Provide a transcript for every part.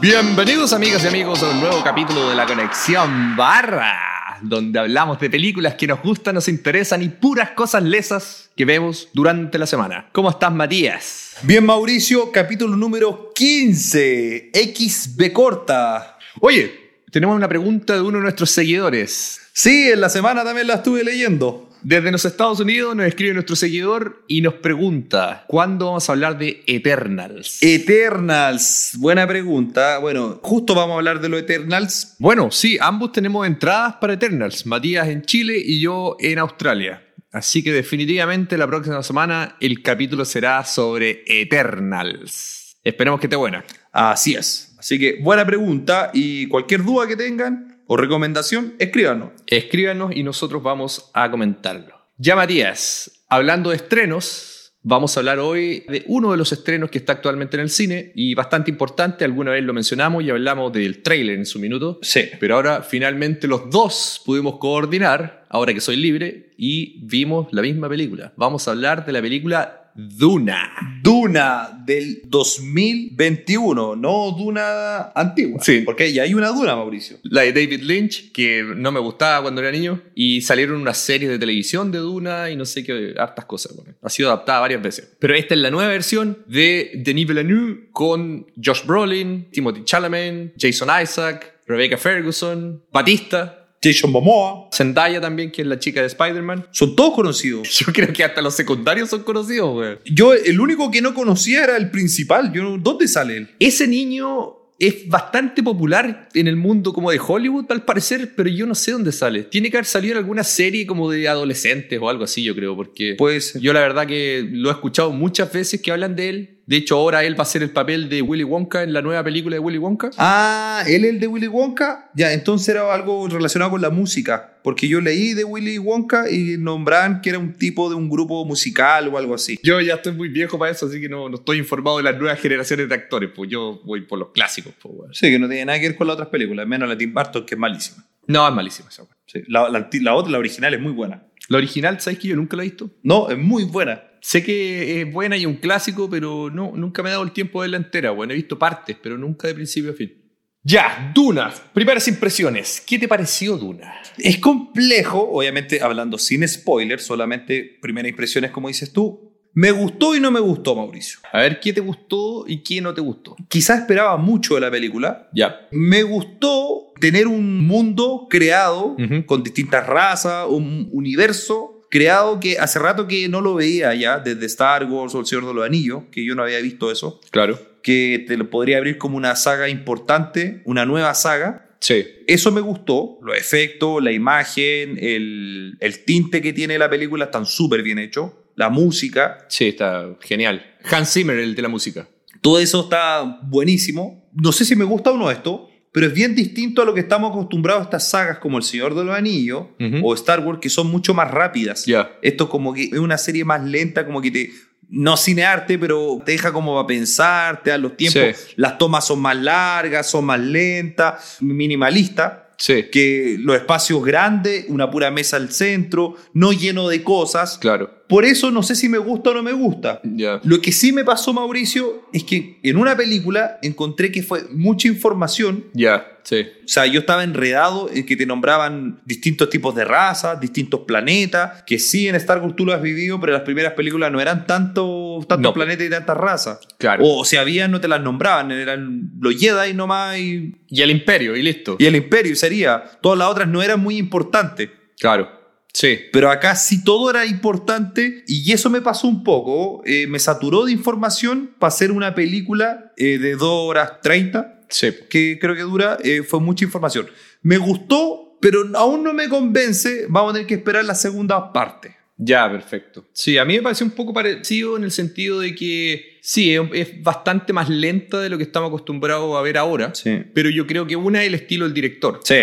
Bienvenidos amigas y amigos a un nuevo capítulo de la Conexión Barra, donde hablamos de películas que nos gustan, nos interesan y puras cosas lesas que vemos durante la semana. ¿Cómo estás Matías? Bien, Mauricio, capítulo número 15, XB corta. Oye, tenemos una pregunta de uno de nuestros seguidores. Sí, en la semana también la estuve leyendo. Desde los Estados Unidos nos escribe nuestro seguidor y nos pregunta, ¿cuándo vamos a hablar de Eternals? Eternals, buena pregunta. Bueno, justo vamos a hablar de los Eternals. Bueno, sí, ambos tenemos entradas para Eternals, Matías en Chile y yo en Australia. Así que definitivamente la próxima semana el capítulo será sobre Eternals. Esperemos que esté buena. Así es. Así que buena pregunta y cualquier duda que tengan o recomendación, escríbanos. Escríbanos y nosotros vamos a comentarlo. Ya Matías, hablando de estrenos, vamos a hablar hoy de uno de los estrenos que está actualmente en el cine y bastante importante, alguna vez lo mencionamos y hablamos del tráiler en su minuto, Sí. pero ahora finalmente los dos pudimos coordinar, ahora que soy libre, y vimos la misma película. Vamos a hablar de la película Duna. Duna del 2021, no Duna antigua. Sí. Porque ya hay una Duna, Mauricio. La de David Lynch, que no me gustaba cuando era niño, y salieron unas series de televisión de Duna y no sé qué, hartas cosas. bueno. Ha sido adaptada varias veces. Pero esta es la nueva versión de Denis Villeneuve con Josh Brolin, Timothy Chalamet, Jason Isaac, Rebecca Ferguson, Batista, Jason Momoa. Zendaya también, que es la chica de Spider-Man. Son todos conocidos. Yo creo que hasta los secundarios son conocidos, güey. Yo, el único que no conocía era el principal. Yo, ¿Dónde sale él? Ese niño es bastante popular en el mundo como de Hollywood, al parecer, pero yo no sé dónde sale. Tiene que haber salido en alguna serie como de adolescentes o algo así, yo creo, porque Pues yo la verdad que lo he escuchado muchas veces que hablan de él. De hecho, ahora él va a ser el papel de Willy Wonka en la nueva película de Willy Wonka. Ah, él es el de Willy Wonka. Ya, entonces era algo relacionado con la música. Porque yo leí de Willy Wonka y nombraban que era un tipo de un grupo musical o algo así. Yo ya estoy muy viejo para eso, así que no, no estoy informado de las nuevas generaciones de actores, pues yo voy por los clásicos. pues, weón. Sí, que no tiene nada que ver con las otras películas, menos la de Tim Burton, que es malísima. No, es malísimo esa weá. Sí, la, la anti- la otra, la original, es muy buena. La original, ¿sabes que yo nunca la he visto? No, es muy buena. Sé que es buena y un clásico, pero no, nunca me he dado el tiempo de verla entera. Bueno, he visto partes, pero nunca de principio a fin. Ya, Duna. Primeras impresiones. ¿Qué te pareció Duna? Es complejo, obviamente hablando sin spoilers, solamente primeras impresiones, como dices tú. Me gustó y no me gustó, Mauricio. A ver, ¿qué te gustó y qué no te gustó? Quizás esperaba mucho de la película, Ya. Me gustó tener un mundo creado Ujú. con distintas razas, un universo creado que hace rato que no lo veía ya, desde Star Wars o El Señor de los Anillos, que yo no había visto eso, Claro. que te lo podría abrir como una saga importante, una nueva saga. Sí. Eso me gustó, los efectos, la imagen, el, el tinte que tiene la película están súper bien hechos, la música, Sí, está genial. Hans Zimmer, el de la música. todo eso está buenísimo. No sé si me gusta o no esto, pero es bien distinto a lo que estamos acostumbrados a estas sagas como El Señor de los Anillos Ujú. o Star Wars, que son mucho más rápidas. Ya. Esto como que es una serie más lenta, como que te... No cinearte, pero te deja como a pensar, te dan los tiempos. Sí. Las tomas son más largas, son más lentas, minimalista Sí. que los espacios grandes, una pura mesa al centro, no lleno de cosas. Claro. Por eso no sé si me gusta o no me gusta. Ya. Lo que sí me pasó, Mauricio, es que en una película encontré que fue mucha información. Ya. Sí. O sea, yo estaba enredado en que te nombraban distintos tipos de razas, distintos planetas, que sí en Star Wars tú lo has vivido, pero las primeras películas no eran tantos tantos No. planetas y tantas razas. Claro. O si había, no te las nombraban, eran los Jedi nomás y, Y el imperio, y listo. y el Imperio sería. Todas las otras no eran muy importantes. Claro. Sí. Pero acá sí todo era importante y eso me pasó un poco. eh, me saturó de información para hacer una película eh, de 2 horas 30, Sí. que creo que dura. eh, fue mucha información. Me gustó, pero aún no me convence. Vamos a tener que esperar la segunda parte. Ya, perfecto. Sí, a mí me parece un poco parecido en el sentido de que sí, es, es bastante más lenta de lo que estamos acostumbrados a ver ahora, Sí. pero yo creo que una es el estilo del director, Sí.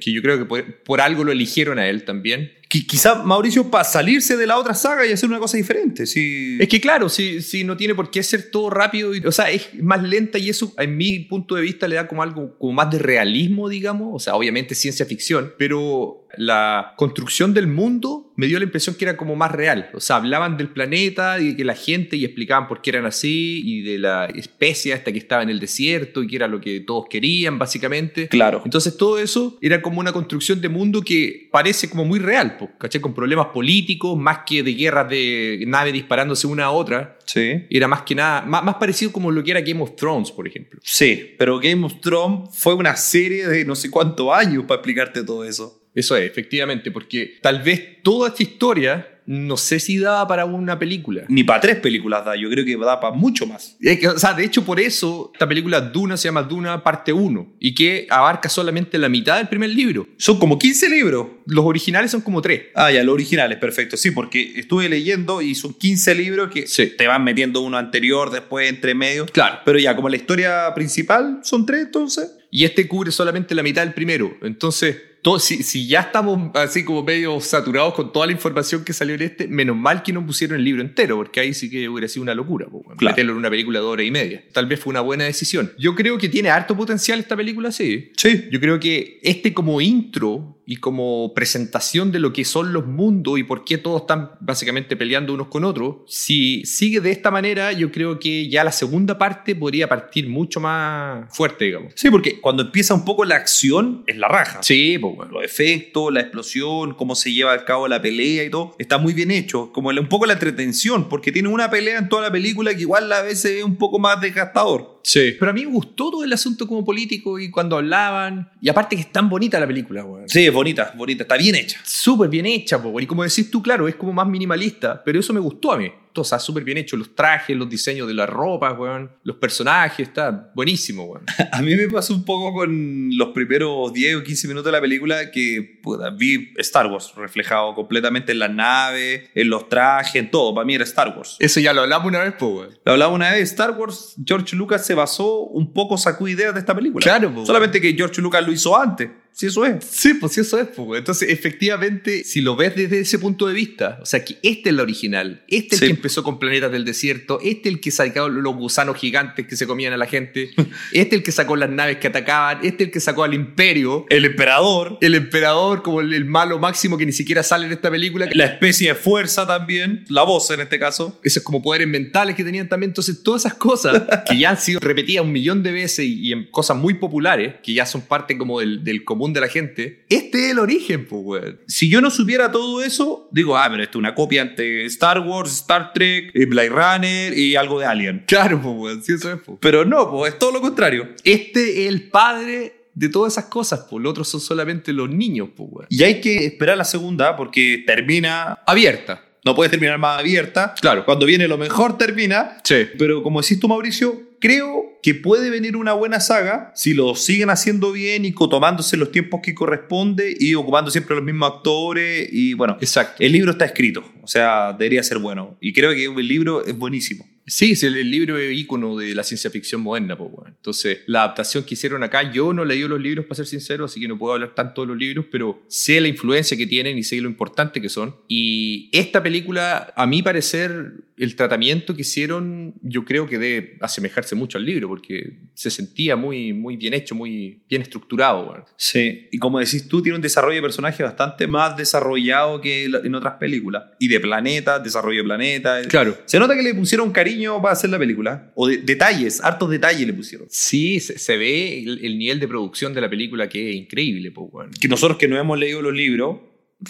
que yo creo que por, por algo lo eligieron a él también. Quizá Mauricio para salirse de la otra saga y hacer una cosa diferente. Sí. Es que claro, si, si no tiene por qué ser todo rápido, y- o sea, es más lenta y eso en mi punto de vista le da como algo como más de realismo, digamos, o sea, obviamente ciencia ficción, pero la construcción del mundo me dio la impresión que era como más real. O sea, hablaban del planeta y de que la gente y explicaban por qué eran así y de la especie hasta que estaba en el desierto y que era lo que todos querían, básicamente. Claro. Entonces todo eso era como una construcción de mundo que parece como muy real, po, ¿cachai? Con problemas políticos, más que de guerras de naves disparándose una a otra. Sí. Era más que nada, más, más parecido como lo que era Game of Thrones, por ejemplo. Sí, pero Game of Thrones fue una serie de no sé cuántos años para explicarte todo eso. Eso es, efectivamente, porque tal vez toda esta historia no sé si daba para una película. Ni para tres películas da, yo creo que da para mucho más. Es que, o sea, de hecho, por eso esta película Duna se llama Duna Parte 1 y que abarca solamente la mitad del primer libro. Son como 15 libros. Los originales son como tres. Ah, ya, los originales, perfecto. Sí, porque estuve leyendo y son 15 libros que Sí. te van metiendo uno anterior, después entre medio. Claro. Pero ya, como la historia principal son tres, entonces. Y este cubre solamente la mitad del primero. Entonces, todo- si, si ya estamos así como medio saturados con toda la información que salió en este, menos mal que no pusieron el libro entero, porque ahí sí que hubiera sido una locura. po, weón. Claro. Meterlo en una película de hora y media. Tal vez fue una buena decisión. Yo creo que tiene harto potencial esta película, sí. Sí. Yo creo que este como intro y como presentación de lo que son los mundos y por qué todos están básicamente peleando unos con otros, si sigue de esta manera, yo creo que ya la segunda parte podría partir mucho más fuerte, digamos. Sí, porque cuando empieza un poco la acción, es la raja. Sí, pues bueno. Los efectos, la explosión, cómo se lleva a cabo la pelea y todo, está muy bien hecho. Como la- un poco la entretención, porque tiene una pelea en toda la película que igual a veces es un poco más desgastador. Sí. Pero a mí me gustó todo el asunto como político y cuando hablaban. Y aparte que es tan bonita la película, weón. Sí, es bonita, es bonita, está bien hecha. Súper bien hecha, po, weón. Y como decís tú, claro, es como más minimalista, pero eso me gustó a mí. Todo, o sea, súper bien hecho. Los trajes, los diseños de las ropas, weón. Los personajes, está buenísimo, weón. A mí me pasó un poco con los primeros 10 o 15 minutos de la película que puta, vi Star Wars reflejado completamente en las naves, en los trajes, en todo. Para mí era Star Wars. Eso ya lo hablamos una vez, po, weón. Lo hablaba una vez, Star Wars, George Lucas se basó un poco, sacó ideas de esta película. Claro, po. Solamente que George Lucas lo hizo antes. Si eso es. Sí, pues sí, eso es. Pues. Entonces, efectivamente, si lo ves desde ese punto de vista, o sea, que este es la original, este es Sí. el que empezó con Planetas del Desierto, este es el que sacó los gusanos gigantes que se comían a la gente, este es el que sacó las naves que atacaban, este es el que sacó al imperio, El emperador, el emperador como el, el malo máximo que ni siquiera sale en esta película. la especie de fuerza también, la voz en este caso. esos como poderes mentales que tenían también. Entonces, todas esas cosas que ya han sido repetidas un millón de veces y, y en cosas muy populares, que ya son parte como del, del común de la gente, este es el origen, pues, weón. Si yo no supiera todo eso, digo, ah, pero esto es una copia entre Star Wars, Star Trek, y Blade Runner y algo de Alien. Claro, pues, weón, sí, eso es, po. Pero no, pues es todo lo contrario. Este es el padre de todas esas cosas, pues. Los otros son solamente los niños, pues, weón. Y hay que esperar la segunda porque termina, Abierta. no puedes terminar más abierta. Claro. Cuando viene lo mejor termina. Sí. Pero como decís tú, Mauricio, creo que puede venir una buena saga si lo siguen haciendo bien y co- tomándose los tiempos que corresponde y ocupando siempre los mismos actores. Y bueno, Exacto. el libro está escrito, o sea, debería ser bueno. Y creo que el libro es buenísimo. Sí, es el, el libro es ícono de la ciencia ficción moderna, pues, weón. Entonces, la adaptación que hicieron acá, yo no leí los libros, para ser sincero, así que no puedo hablar tanto de los libros, pero sé la influencia que tienen y sé lo importante que son. Y esta película, a mi parecer, el tratamiento que hicieron, yo creo que debe asemejarse mucho al libro, porque se sentía muy, muy bien hecho, muy bien estructurado, weón. Sí. Y como decís tú, tiene un desarrollo de personaje bastante más desarrollado que la- en otras películas. Y de planetas, desarrollo de planetas. Claro. Se nota que le pusieron cariño para hacer la película. O de- detalles, hartos detalles le pusieron. Sí, se, se ve el, el nivel de producción de la película que es increíble, pues, weón. que nosotros que no hemos leído los libros,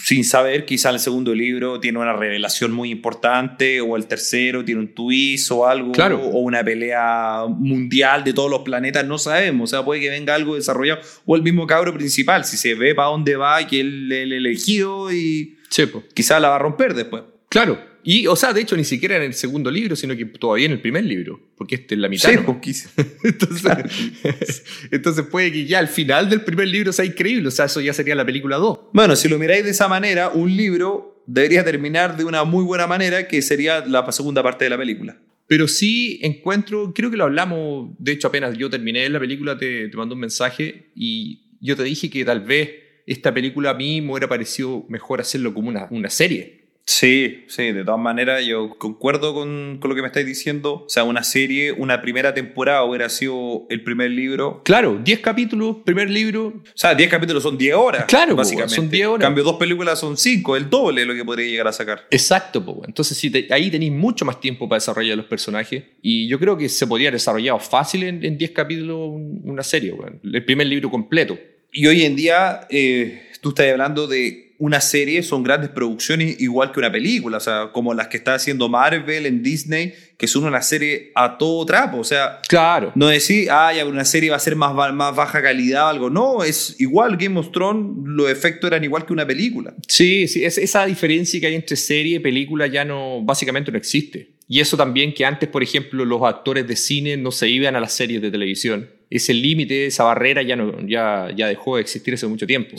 sin saber, quizá el segundo libro tiene una revelación muy importante, o el tercero tiene un twist o algo, Claro. o una pelea mundial de todos los planetas, no sabemos, o sea, puede que venga algo desarrollado, o el mismo cabro principal, si se ve para dónde va y que él el elegido y Sí, po. quizá la va a romper después. Claro. Y, o sea, de hecho, ni siquiera en el segundo libro, sino que todavía en el primer libro, porque este es la mitad. Sí, nomás. pues, quizá. entonces, entonces puede que ya al final del primer libro sea increíble, o sea, eso ya sería la película 2. Bueno, si lo miráis de esa manera, un libro debería terminar de una muy buena manera, que sería la segunda parte de la película. Pero sí encuentro, creo que lo hablamos, de hecho apenas yo terminé la película, te, te mandé un mensaje y yo te dije que tal vez esta película a mí me hubiera parecido mejor hacerlo como una, una serie. Sí, sí, de todas maneras yo concuerdo con, con lo que me estáis diciendo. O sea, una serie, una primera temporada hubiera sido el primer libro. Claro, 10 capítulos, primer libro. O sea, 10 capítulos son 10 horas. Claro, po, básicamente. son 10 horas. En cambio, dos películas son 5, el doble de lo que podría llegar a sacar. Exacto, po, weón. entonces sí, te- ahí tenéis mucho más tiempo para desarrollar los personajes y yo creo que se podría desarrollar fácil en en 10 capítulos un- una serie, weón. el primer libro completo. Y hoy en día, eh, tú estás hablando de una serie, son grandes producciones igual que una película, o sea, como las que está haciendo Marvel en Disney, que son una serie a todo trapo, o sea, Claro. no decir, ah, ya una serie va a ser más, ba- más baja calidad o algo, no, es igual, Game of Thrones, los efectos eran igual que una película. Sí, sí, es- esa diferencia que hay entre serie y película ya no, básicamente no existe. Y eso también que antes, por ejemplo, los actores de cine no se iban a las series de televisión. Ese límite, esa barrera ya, no, ya, ya dejó de existir hace mucho tiempo.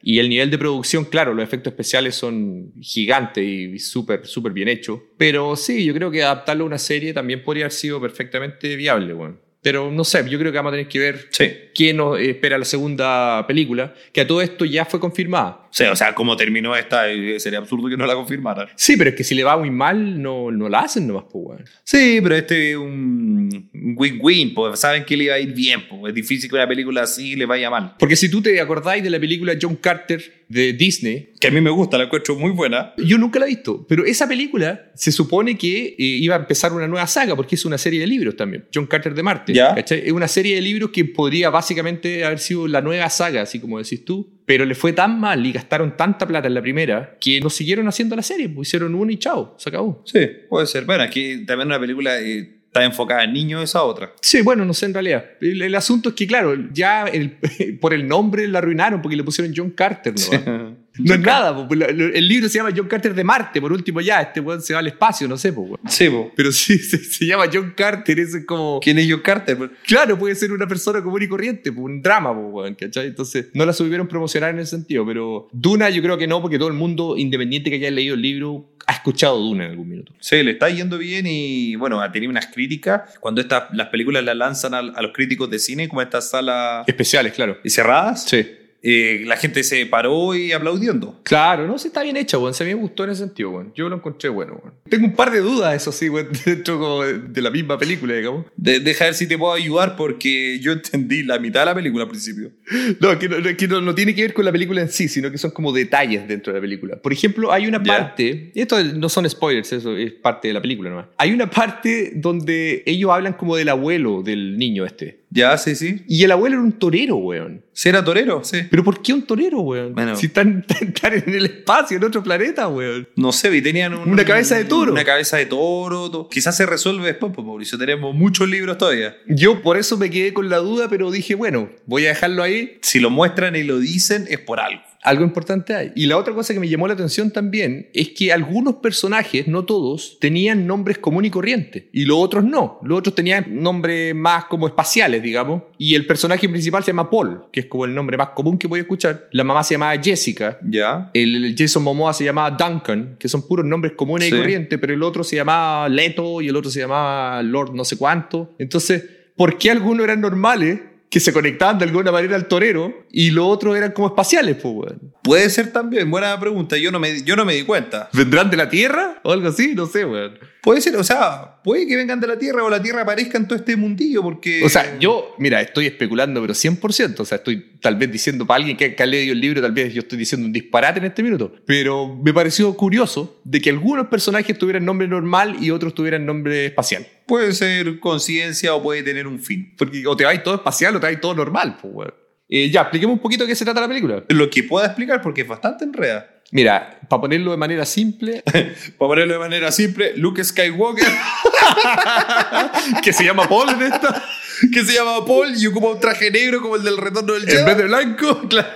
Y el nivel de producción, claro, los efectos especiales son gigantes y súper, súper bien hechos. Pero sí, yo creo que adaptarlo a una serie también podría haber sido perfectamente viable, bueno. Pero no sé, yo creo que vamos a tener que ver sí. qué nos espera la segunda película, que a todo esto ya fue confirmada. O sea, o sea, como terminó esta, eh, sería absurdo que no la confirmaran. Sí, pero es que si le va muy mal, no, no la hacen nomás, pues, weón. Sí, pero este es un un win-win, pues saben que le iba a ir bien, pues es difícil que una película así le vaya mal. Porque si tú te acordáis de la película John Carter de Disney, Que a mí me gusta, la encuentro muy buena. yo nunca la he visto, pero esa película se supone que eh, iba a empezar una nueva saga, porque es una serie de libros también. John Carter de Marte. Ya. ¿cachai? Es una serie de libros que podría básicamente haber sido la nueva saga, así como decís tú. Pero le fue tan mal y gastaron tanta plata en la primera que no siguieron haciendo la serie. pues, Hicieron una y chao, se acabó. Sí, puede ser. Bueno, aquí también una película eh, está enfocada en niños, esa otra. Sí, bueno, no sé en realidad. El, el asunto es que, claro, ya el- por el nombre la arruinaron porque le pusieron John Carter. No, no es nada. po, pues, la- lo- el libro se llama John Carter de Marte, por último ya. Este weón se va al espacio, no sé. po, weón. Sí, po. Pero sí, se, se llama John Carter. Eso es como... ¿Quién es John Carter? Pues, Claro, puede ser una persona común y corriente, po, un drama, po, weón, ¿cachai? Entonces, no la subieron promocionar en ese sentido, pero Duna yo creo que no, porque todo el mundo, independiente que haya leído el libro, ha escuchado Duna en algún minuto. Sí, le está yendo bien y bueno, ha tenido unas críticas. Cuando estas, las películas las lanzan al- a, los críticos de cine, como estas salas Especiales, claro. cerradas, Sí. eh, la gente se paró y aplaudiendo. Claro, no, sí está bien hecha, weón. Se me gustó en ese sentido, weón. Yo lo encontré bueno, weón. Tengo un par de dudas, eso sí, weón, dentro como de, de la misma película, digamos. De- deja ver si te puedo ayudar porque yo entendí la mitad de la película al principio. No, que, no, que no, no tiene que ver con la película en sí, sino que son como detalles dentro de la película. Por ejemplo, hay una Ya. parte, y esto no son spoilers, eso es parte de la película nomás. Hay una parte donde ellos hablan como del abuelo del niño este. Ya, sí, sí. Y el abuelo era un torero, weón. ¿Sí era torero? Sí. ¿Pero por qué un torero, weón? Bueno. Si están, están en el espacio, en otro planeta, weón. No sé, y tenían un- Una cabeza de toro. Una cabeza de toro. to- Quizás se resuelve después, pues, Mauricio. Tenemos muchos libros todavía. Yo por eso me quedé con la duda, pero dije, bueno, voy a dejarlo ahí, Si lo muestran y lo dicen, es por algo. Algo importante hay. Y la otra cosa que me llamó la atención también es que algunos personajes, no todos, tenían nombres común y corriente. Y los otros no. Los otros tenían nombres más como espaciales, digamos. Y el personaje principal se llama Paul, que es como el nombre más común que voy a escuchar. La mamá se llamaba Jessica. Ya. El el Jason Momoa se llamaba Duncan, que son puros nombres comunes Sí. y corrientes, pero el otro se llamaba Leto y el otro se llamaba Lord no sé cuánto. Entonces, ¿por qué algunos eran normales, que se conectaban de alguna manera al torero, y los otros eran como espaciales, pues, weón? Puede ser también. Buena pregunta. Yo no me, yo no me di cuenta. ¿Vendrán de la Tierra? O algo así, no sé, weón. Puede ser, o sea, puede que vengan de la Tierra o la Tierra aparezca en todo este mundillo porque... O sea, yo, mira, estoy especulando, pero 100%. O sea, estoy tal vez diciendo para alguien que, que ha leído el libro, tal vez yo estoy diciendo un disparate en este minuto. Pero me pareció curioso de que algunos personajes tuvieran nombre normal y otros tuvieran nombre espacial. Puede ser conciencia o puede tener un fin. Porque o te vais todo espacial o te vais todo normal, pues, weón. Eh, ya, expliquemos un poquito de qué se trata la película. Lo que pueda explicar porque es bastante enreda. Mira, para ponerlo de manera simple, Para ponerlo de manera simple, Luke Skywalker, que se llama Paul en esta, que se llama Paul y ocupa un traje negro como el del retorno del en Jedi. vez de blanco, claro.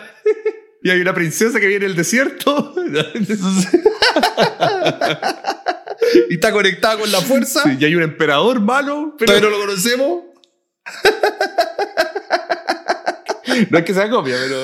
Y hay una princesa que viene del desierto. Y está conectada con la fuerza, y hay un emperador malo, pero todavía no lo conocemos. no es que sea copia, pero...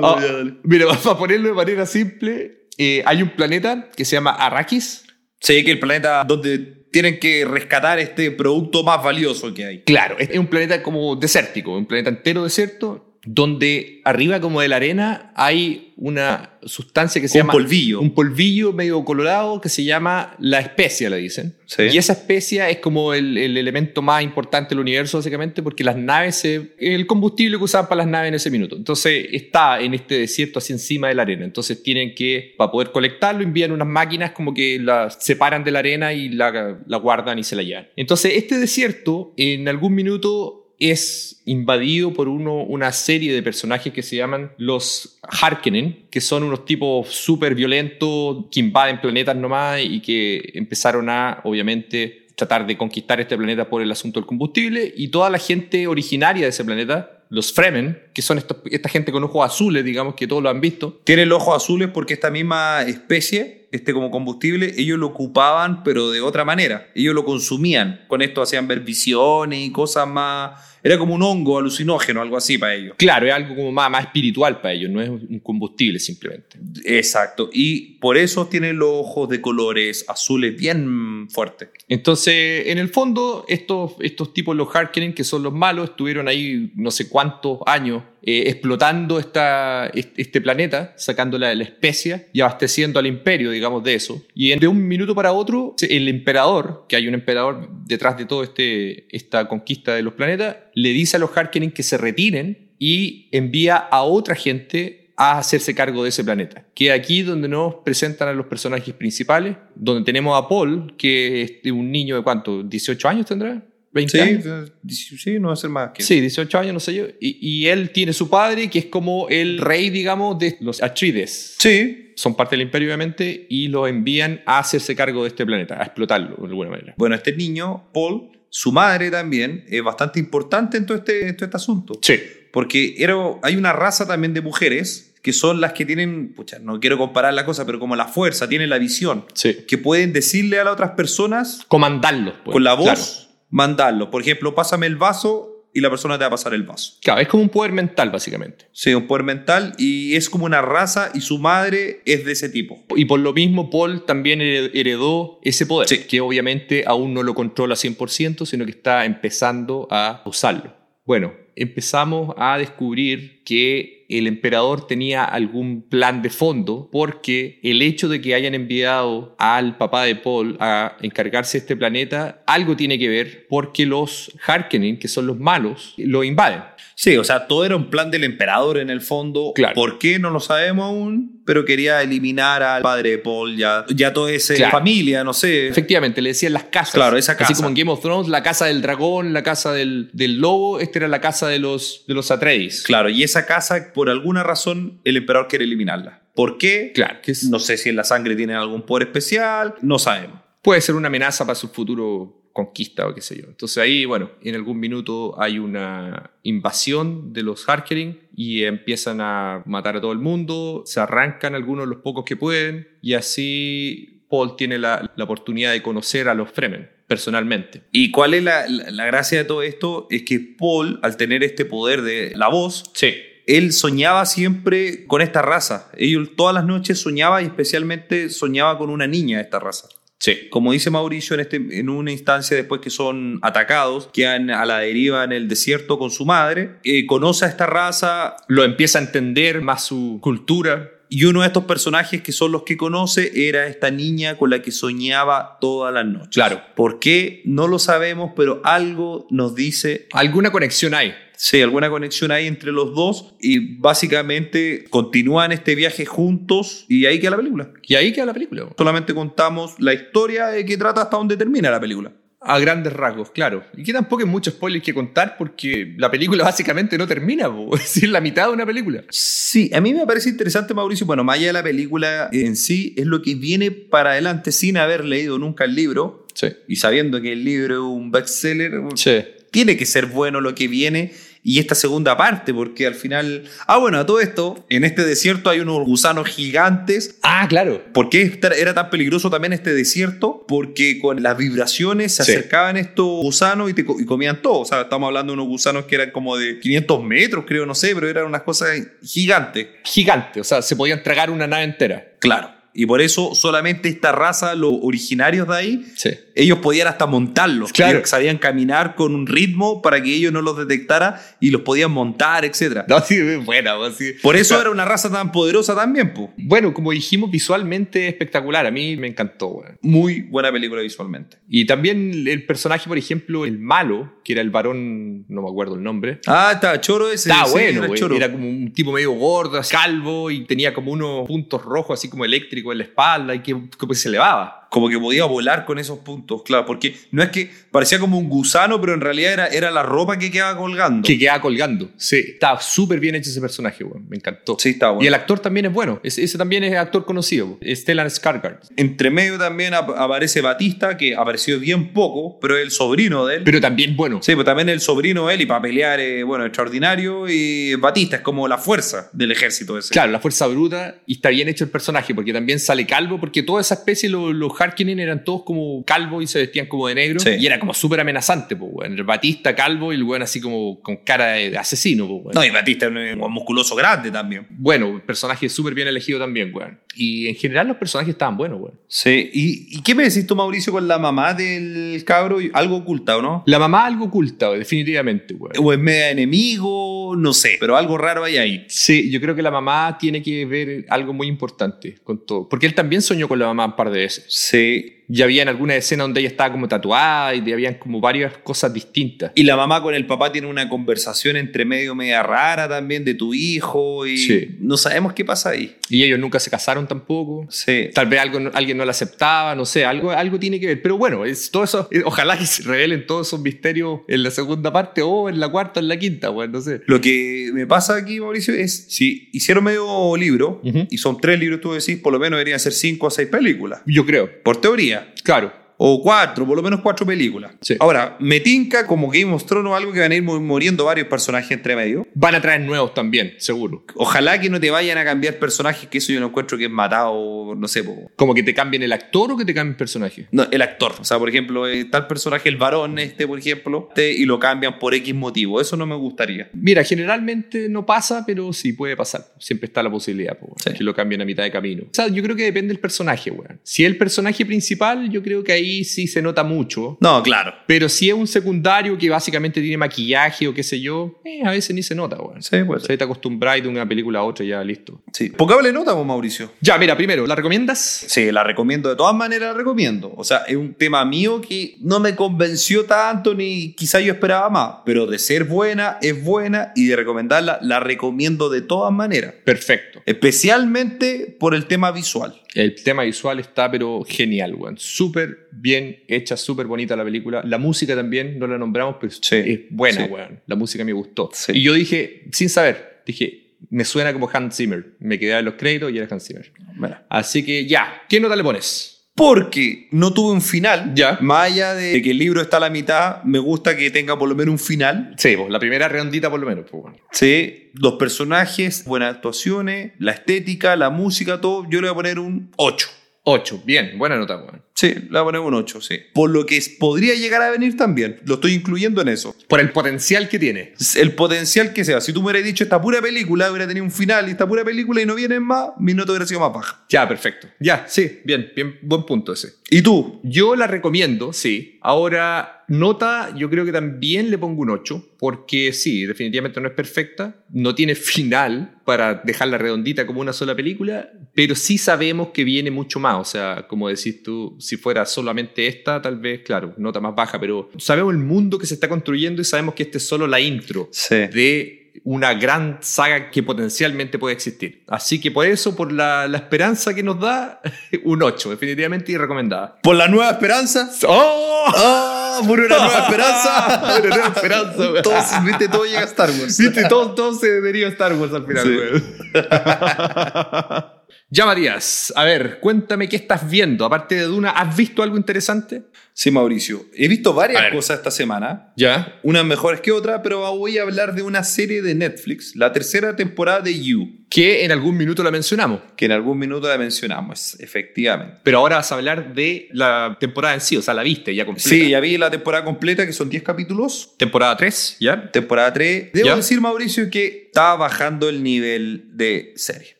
No, Ah, mira, para ponerlo de manera simple, eh, hay un planeta que se llama Arrakis. Sí, que el planeta donde tienen que rescatar este producto más valioso que hay. Claro, es es un planeta como desértico, un planeta entero desierto. donde arriba como de la arena hay una sustancia que se Un llama... polvillo. Un polvillo medio colorado que se llama la especia, le dicen. Sí. Y esa especia es como el, el elemento más importante del universo, básicamente, porque las naves, se- el combustible que usaban para las naves en ese minuto. Entonces está en este desierto así encima de la arena. Entonces tienen que, para poder colectarlo, envían unas máquinas como que la separan de la arena y la, la guardan y se la llevan. Entonces este desierto en algún minuto es invadido por uno, una serie de personajes que se llaman los Harkonnen, que son unos tipos súper violentos que invaden planetas nomás y que empezaron a, obviamente, tratar de conquistar este planeta por el asunto del combustible y toda la gente originaria de ese planeta, los Fremen, que son estos- esta gente con ojos azules, digamos que todos lo han visto, Tiene los ojos azules porque esta misma especie, este como combustible, ellos lo ocupaban, pero de otra manera. Ellos lo consumían. Con esto hacían ver visiones y cosas más. Era como un hongo alucinógeno, algo así para ellos. claro, es algo como más, más espiritual para ellos, no es un combustible simplemente. Exacto. Y por eso tienen los ojos de colores azules bien fuertes. Entonces, en el fondo, estos, estos tipos, los Harkonnen, que son los malos, estuvieron ahí no sé cuántos años eh, explotando esta, est- este planeta, sacándola de la especia y abasteciendo al imperio, digamos, de eso. Y en- de un minuto para otro, se- el emperador, que hay un emperador detrás de todo este esta conquista de los planetas, le dice a los Harkonnen que se retiren y envía a otra gente a hacerse cargo de ese planeta. Que aquí donde nos presentan a los personajes principales, donde tenemos a Paul, que es de un niño de cuánto, 18 años tendrá, 20 años. sí, sí, no va a ser más que Sí, 18 años, no sé yo. Y, y él tiene su padre, que es como el rey, digamos, de los Atrides. Sí. Son parte del imperio, obviamente, y lo envían a hacerse cargo de este planeta, a explotarlo de alguna manera. Bueno, este niño, Paul, su madre también, es bastante importante en todo este, en todo este asunto. Sí. Porque era, hay una raza también de mujeres que son las que tienen, pucha, no quiero comparar la cosa, pero como la fuerza, tienen la visión, Sí. que pueden decirle a las otras personas Comandarlos. pues, con la voz, claro. mandarlo. Por ejemplo, pásame el vaso y la persona te va a pasar el vaso. Claro, es como un poder mental, básicamente. Sí, un poder mental y es como una raza y su madre es de ese tipo. Y por lo mismo, Paul también hered- heredó ese poder, Sí. que obviamente aún no lo controla 100%, sino que está empezando a usarlo. Bueno, empezamos a descubrir que el emperador tenía algún plan de fondo, porque el hecho de que hayan enviado al papá de Paul a encargarse de este planeta, algo tiene que ver, porque los Harkonnen, que son los malos, lo invaden. Sí, o sea, todo era un plan del emperador en el fondo. Claro. ¿Por qué? No lo sabemos aún, pero quería eliminar al padre de Paul, ya, ya toda esa Claro. familia, no sé. Efectivamente, le decían las casas. Claro, esa casa. Así como en Game of Thrones, la casa del dragón, la casa del, del lobo, esta era la casa de los, de los Atreides. Claro, y esa casa, por alguna razón, el emperador quiere eliminarla. ¿Por qué? Claro, que es- No sé si en la sangre tienen algún poder especial, no sabemos. puede ser una amenaza para su futuro conquista o qué sé yo. Entonces ahí, bueno, en algún minuto hay una invasión de los Harkonnen y empiezan a matar a todo el mundo, se arrancan algunos los pocos que pueden y así Paul tiene la, la oportunidad de conocer a los Fremen personalmente. ¿Y cuál es la, la- la gracia de todo esto? Es que Paul, al tener este poder de la voz, Sí. él soñaba siempre con esta raza. Él todas las noches soñaba y especialmente soñaba con una niña de esta raza. Sí. Como dice Mauricio, en, este, en una instancia después que son atacados, quedan a la deriva en el desierto con su madre, eh, conoce a esta raza, Lo empieza a entender más su cultura, Y uno de estos personajes que son los que conoce era esta niña con la que soñaba toda la noche. Claro. ¿Por qué? No lo sabemos, pero algo nos dice, Alguna conexión hay. sí, alguna conexión hay entre los dos y básicamente continúan este viaje juntos y ahí queda la película. Y ahí queda la película. po. Solamente contamos la historia de que trata hasta donde termina la película. A grandes rasgos, claro. Y que tampoco hay muchos spoilers que contar porque la película básicamente no termina, po. es decir, la mitad de una película. Sí, a mí me parece interesante, Mauricio. Bueno, más allá de la película en sí, es lo que viene para adelante sin haber leído nunca el libro Sí. y sabiendo que el libro es un bestseller, Sí. tiene que ser bueno lo que viene y esta segunda parte, porque al final. Ah, bueno, a todo esto, en este desierto hay unos gusanos gigantes. Ah, claro. ¿Por qué esta- era tan peligroso también este desierto? Porque con las vibraciones se Sí. acercaban estos gusanos y, te co- y comían todo. O sea, estamos hablando de unos gusanos que eran como de 500 metros, creo, no sé, pero eran unas cosas gigantes. Gigante, o sea, se podían tragar una nave entera. Claro. Y por eso solamente esta raza, los originarios de ahí, Sí. eh, ellos podían hasta montarlos. Claro. Ellos sabían caminar con un ritmo para que ellos no los detectaran y los podían montar, etc. No, sí, es buena, pues, sí. Por eso era una raza tan poderosa también, po. Bueno, como dijimos, visualmente espectacular. A mí me encantó, weón. Muy buena película visualmente. Y también el personaje, por ejemplo, el malo, que era el varón, no me acuerdo el nombre. Ah, está, choro ese. Estaba sí, bueno, era güey. choro. Era como un tipo medio gordo, así, calvo, y tenía como unos puntos rojos, así como eléctricos en la espalda, y que, que pues se elevaba. como que podía volar con esos puntos, claro, porque no es que parecía como un gusano, pero en realidad era, era la ropa que quedaba colgando. Que quedaba colgando. Sí. Estaba súper bien hecho ese personaje, güey. Me encantó. Sí, está bueno. Y el actor también es bueno. Ese, ese también es actor conocido, güey. Stellan Skarsgård. Entre medio también ap- aparece Batista, que apareció bien poco, pero es el sobrino de él. Pero también bueno. sí, pero también el sobrino de él y para pelear, eh, bueno, extraordinario. Y Batista es como la fuerza del ejército ese. Claro, la fuerza bruta y está bien hecho el personaje porque también sale calvo porque toda esa especie, los, los Harkonnen eran todos como calvos y se vestían como de negro Sí. y era como súper amenazante, pues, weón. El Batista calvo y el weón así como con cara de asesino, pues, weón. No, y Batista es un eh, musculoso grande también. Bueno, personaje súper bien elegido también, weón. Y en general los personajes estaban buenos, weón. Sí, ¿Y, ¿y qué me decís tú, Mauricio, con la mamá del cabro? Algo oculta, ¿o no? La mamá algo oculta, weón, definitivamente, weón. O es media enemigo, no sé, pero algo raro hay ahí. Sí, yo creo que la mamá tiene que ver algo muy importante con todo. Porque él también soñó con la mamá un par de veces. Sí, Y había en alguna escena donde ella estaba como tatuada y habían como varias cosas distintas. Y la mamá con el papá tiene una conversación entre medio media rara también de tu hijo y Sí. no sabemos qué pasa ahí. Y ellos nunca se casaron tampoco. Sí. Tal vez algo, alguien no la aceptaba, no sé, algo, algo tiene que ver. Pero bueno, es, todo eso, eh, ojalá que se revelen todos esos misterios en la segunda parte o en la cuarta o en la quinta, weón, no sé. Lo que me pasa aquí, Mauricio, es si hicieron medio libro, Ujú. y son tres libros, tú decís, por lo menos deberían ser cinco o seis películas, Yo creo, por teoría. claro. O cuatro, por lo menos cuatro películas. Sí. Ahora, me tinca como Game of Thrones o algo que van a ir mu- muriendo varios personajes entre medio. Van a traer nuevos también, seguro. Ojalá que no te vayan a cambiar personajes, que eso yo no encuentro que es matado, no sé, po, Como que te cambien el actor o que te cambien el personaje. No, el actor. O sea, por ejemplo, eh, tal personaje, el varón este, por ejemplo, este, y lo cambian por X motivo. Eso no me gustaría. Mira, generalmente no pasa, pero sí puede pasar. Siempre está la posibilidad, po, weón, Sí. que lo cambien a mitad de camino. O sea, yo creo que depende del personaje, weón. Si es el personaje principal, yo creo que ahí sí se nota mucho. No, claro. Pero si es un secundario que básicamente tiene maquillaje o qué sé yo, eh, a veces ni se nota, weón. Sí, O pues. sea, te acostumbráis de una película a otra y ya listo. Sí. Pocable nota vos, Mauricio. Ya, mira, primero, ¿la recomiendas? Sí, la recomiendo. De todas maneras, la recomiendo. O sea, es un tema mío que no me convenció tanto ni quizá yo esperaba más. Pero de ser buena, es buena y de recomendarla, la recomiendo de todas maneras. Perfecto. Especialmente por el tema visual. El tema visual está, pero genial, weón. Súper bien hecha, súper bonita la película. La música también, no la nombramos, pero Sí, es buena, sí. weón. La música me gustó. Sí. Y yo dije, sin saber, dije, me suena como Hans Zimmer. Me quedé en los créditos y era Hans Zimmer. Mira. Así que ya, ¿qué nota le pones? Porque no tuve un final. Ya. Más allá de que el libro está a la mitad, me gusta que tenga por lo menos un final. Sí, pues, la primera redondita por lo menos, pues, weón. Sí, los personajes, buenas actuaciones, la estética, la música, todo. Yo le voy a poner un 8. 8, bien, buena nota, weón. Sí, le voy a poner un 8, sí. Por lo que es- podría llegar a venir también. Lo estoy incluyendo en eso. Por el potencial que tiene. Es El potencial que sea. Si tú me hubieras dicho esta pura película, hubiera tenido un final y esta pura película y no vienen más, mi nota hubiera sido más baja. Ya, perfecto. Ya, sí, bien, bien, buen punto ese. ¿Y tú? Yo la recomiendo, sí. Ahora, nota, yo creo que también le pongo un 8, porque sí, definitivamente no es perfecta, no tiene final para dejarla redondita como una sola película, pero sí sabemos que viene mucho más, o sea, como decís tú, si fuera solamente esta, tal vez, claro, nota más baja, pero sabemos el mundo que se está construyendo y sabemos que este es solo la intro Sí. de una gran saga que potencialmente puede existir. Así que por eso, por la, la esperanza que nos da, un 8, definitivamente y recomendada. ¿Por la nueva esperanza? ¡Oh! ¡Ah! ¡Por una nueva esperanza! Por una nueva esperanza, güey. Todos, viste, todo llega a Star Wars. Viste, todo, todo se debería Star Wars al final, Sí. güey. Ya, Matías, a ver, cuéntame qué estás viendo. Aparte de Duna, ¿has visto algo interesante? Sí, Mauricio. He visto A varias ver. cosas esta semana. Ya. unas mejores que otras, pero voy a hablar de una serie de Netflix, la tercera temporada de You. que en algún minuto la mencionamos. que en algún minuto la mencionamos, efectivamente. Pero ahora vas a hablar de la temporada en sí, o sea, la viste ya completa. Sí, ya vi la temporada completa, que son 10 capítulos. Temporada 3, ¿ya? Temporada 3. Debo Ya. decir, Mauricio, que estaba bajando el nivel de serie.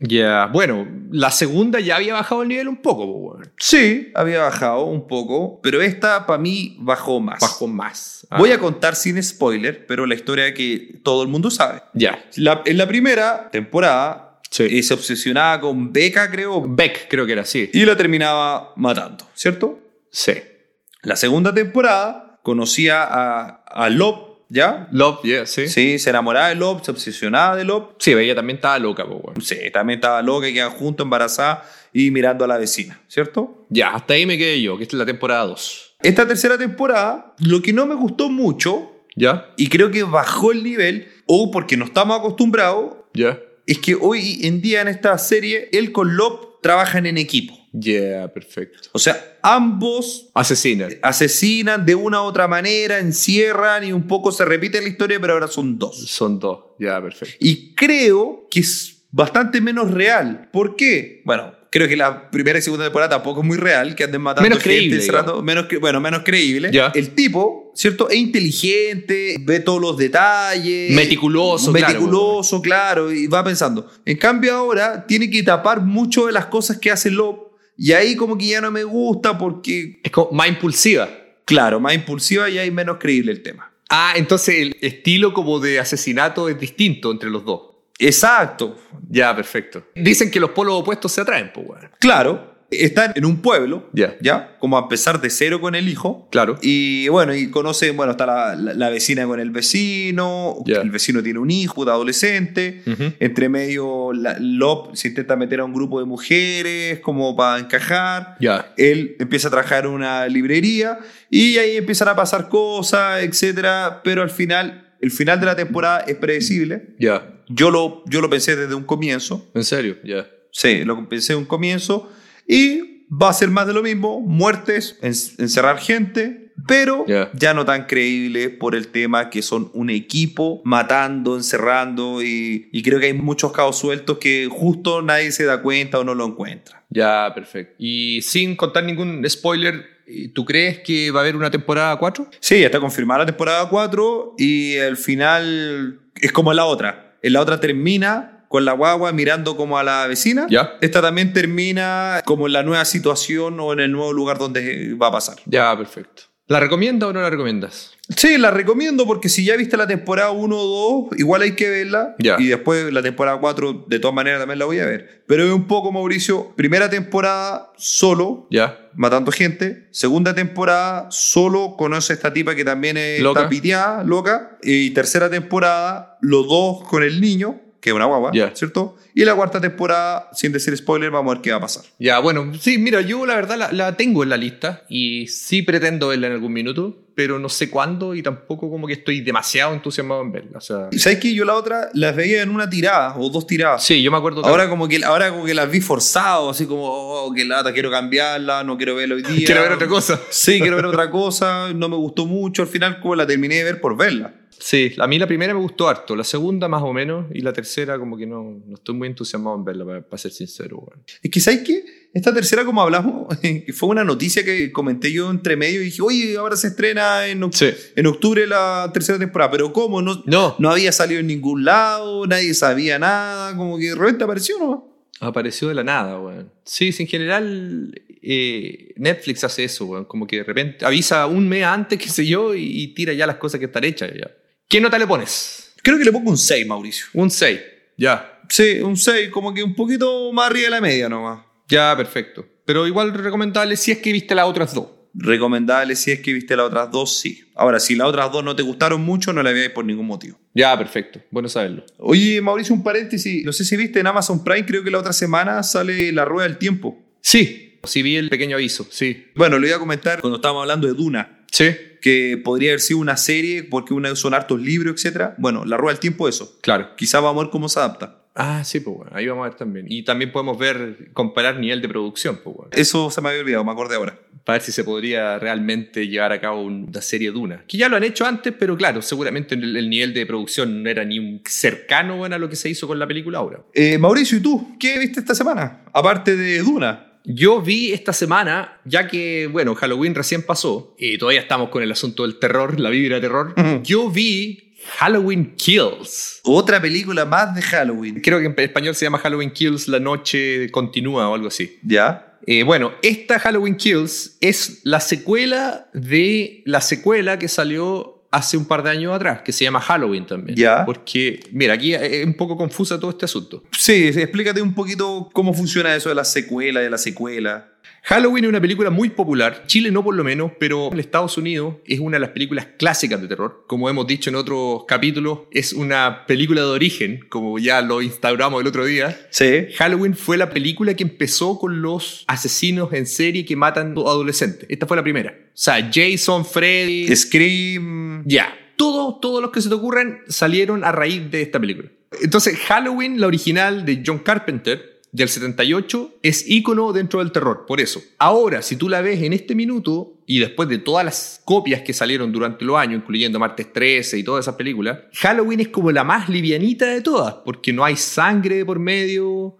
Ya, bueno, la segunda ya había bajado el nivel un poco, po, weón. Sí, había bajado un poco, pero esta para mí bajó más. bajó más. Ah, Voy a contar sin spoiler, pero la historia que todo el mundo sabe. Ya. La- en la primera temporada Sí. eh, se obsesionaba con Becca, creo, Beck, creo que era así. y la terminaba matando, ¿cierto? Sí. La segunda temporada conocía a, a Lop, ¿ya? Love, yeah, sí. sí. Sí, se enamoraba de Lop, se obsesionaba de Lop. veía también estaba loca, po, weón. Sí, también estaba loca y quedaba junto, embarazada y mirando a la vecina, ¿cierto? Ya, hasta ahí me quedé yo, que esta es la temporada 2. Esta tercera temporada, lo que no me gustó mucho, ¿Ya? y creo que bajó el nivel, o porque no estamos acostumbrados, Ya. es que hoy en día en esta serie, él con Lop trabajan en equipo. Yeah, perfecto. O sea, ambos Asesina. asesinan de una u otra manera, encierran y un poco se repite la historia, pero ahora son dos. Son dos. Ya, perfecto. Y creo que es bastante menos real. ¿Por qué? Bueno, creo que la primera y segunda temporada tampoco es muy real, que anden matando Menos creíble, encerrando- menos cre- bueno, menos creíble. Ya. El tipo, ¿cierto? Es inteligente, ve todos los detalles. Meticuloso, claro. Meticuloso, claro, y va pensando. En cambio ahora tiene que tapar mucho de las cosas que hace Lop. Y ahí como que ya no me gusta porque, Es como más impulsiva. claro, más impulsiva y ahí menos creíble el tema. Ah, entonces el estilo como de asesinato es distinto entre los dos. Exacto. Ya, perfecto. Dicen que los polos opuestos se atraen, pues, weón. Claro, están en un pueblo, Ya. ¿ya? Como a empezar de cero con el hijo. Claro. Y bueno, y conocen, bueno, está la, la- la vecina con el vecino, Ya. el vecino tiene un hijo de adolescente, Ujú. entre medio la- Lop se intenta meter a un grupo de mujeres como para encajar. Ya. Él empieza a trabajar en una librería y ahí empiezan a pasar cosas, etcétera, pero al final, el final de la temporada es predecible. Ya. Yo lo, yo lo pensé desde un comienzo. En serio, ya. Sí, lo pensé en un comienzo. Y va a ser más de lo mismo, muertes, en- encerrar gente, pero Ya. ya no tan creíble por el tema que son un equipo matando, encerrando y, y creo que hay muchos cabos sueltos que justo nadie se da cuenta o no lo encuentra. Ya, perfecto. Y sin contar ningún spoiler, ¿tú crees que va a haber una temporada 4? Sí, ya está confirmada la temporada 4 y el final es como la otra. En la otra termina con la guagua mirando como a la vecina. Ya. Esta también termina como en la nueva situación o en el nuevo lugar donde va a pasar. Ya, perfecto. ¿La recomiendas o no la recomiendas? Sí, la recomiendo porque si ya viste la temporada 1 o 2, igual hay que verla. Ya. Y después la temporada 4, de todas maneras, también la voy a ver. Pero es un poco, Mauricio, primera temporada solo, Ya. matando gente. Segunda temporada solo, conoce a esta tipa que también es, Loca. está piteada, loca. Y tercera temporada, los dos con el niño, que es una guagua, Ya. ¿cierto? Y la cuarta temporada, sin decir spoiler, vamos a ver qué va a pasar. Ya, bueno, sí, mira, yo la verdad la, la tengo en la lista y sí pretendo verla en algún minuto, pero no sé cuándo y tampoco como que estoy demasiado entusiasmado en verla. O sea, ¿Sabes que yo la otra las veía en una tirada o dos tiradas? sí, yo me acuerdo que Ahora como, que, ahora como que las vi forzado, así como, oh, qué lata, quiero cambiarla, no quiero verla hoy día. quiero ver otra cosa. Sí, quiero ver otra cosa, no me gustó mucho. Al final como la terminé de ver por verla. Sí, a mí la primera me gustó harto, la segunda más o menos y la tercera como que no, no estoy muy entusiasmado en verla, para, ser sincero. weón. Es que, ¿sabes qué? Esta tercera, como hablamos, que fue una noticia que comenté yo entre medio y dije, oye, ahora se estrena en, oc- Sí. en octubre la tercera temporada. Pero ¿cómo? No, No, no había salido en ningún lado, nadie sabía nada, como que de repente apareció nomás. Apareció de la nada, weón. Sí, sí, en general eh, Netflix hace eso, weón. Como que de repente avisa un mes antes, qué sé yo, y, y tira ya las cosas que están hechas. Ya. ¿Qué nota le pones? Creo que le pongo un 6, Mauricio. Un 6. Ya. Sí, un 6, como que un poquito más arriba de la media nomás. Ya, perfecto. Pero igual recomendable si es que viste las otras dos. Recomendable si es que viste las otras dos, sí. Ahora, si las otras dos no te gustaron mucho, no la veáis por ningún motivo. Ya, perfecto. Bueno saberlo. Oye, Mauricio, un paréntesis. No sé si viste en Amazon Prime, creo que la otra semana sale La Rueda del Tiempo. Sí, sí vi el pequeño aviso, sí. Bueno, lo iba a comentar cuando estábamos hablando de Duna, Sí, que podría haber sido una serie porque una son hartos libros, etc. Bueno, La Rueda del Tiempo, eso. claro. Quizá vamos a ver cómo se adapta. Ah, sí, pues bueno, ahí vamos a ver también. Y también podemos ver, comparar nivel de producción, pues bueno. Eso se me había olvidado, me acordé ahora. para ver si se podría realmente llevar a cabo un- una serie Duna. Que ya lo han hecho antes, pero claro, seguramente el, el nivel de producción no era ni un cercano bueno, a lo que se hizo con la película ahora. Eh, Mauricio, ¿y tú? ¿Qué viste esta semana? Aparte de Duna. Yo vi esta semana, ya que, bueno, Halloween recién pasó y todavía estamos con el asunto del terror, la vibra de terror. Ujú. Yo vi Halloween Kills. Otra película más de Halloween. Creo que en español se llama Halloween Kills, la noche continúa o algo así. ¿Ya? Eh, bueno, esta Halloween Kills es la secuela de la secuela que salió hace un par de años atrás, que se llama Halloween también. Ya. Porque, mira, aquí es un poco confusa todo este asunto. Sí, sí, explícate un poquito cómo funciona eso de la secuela, de la secuela. Halloween es una película muy popular, Chile no por lo menos, pero en Estados Unidos es una de las películas clásicas de terror. Como hemos dicho en otros capítulos, es una película de origen, como ya lo instauramos el otro día. Sí. Halloween fue la película que empezó con los asesinos en serie que matan a adolescentes. Esta fue la primera. O sea, Jason, Freddy, Scream. ya. Todos, todos los que se te ocurran salieron a raíz de esta película. Entonces, Halloween, la original de John Carpenter, del 78, es ícono dentro del terror, por eso. Ahora, si tú la ves en este minuto, y después de todas las copias que salieron durante los años, incluyendo Martes 13 y todas esas películas, Halloween es como la más livianita de todas, porque no hay sangre de por medio,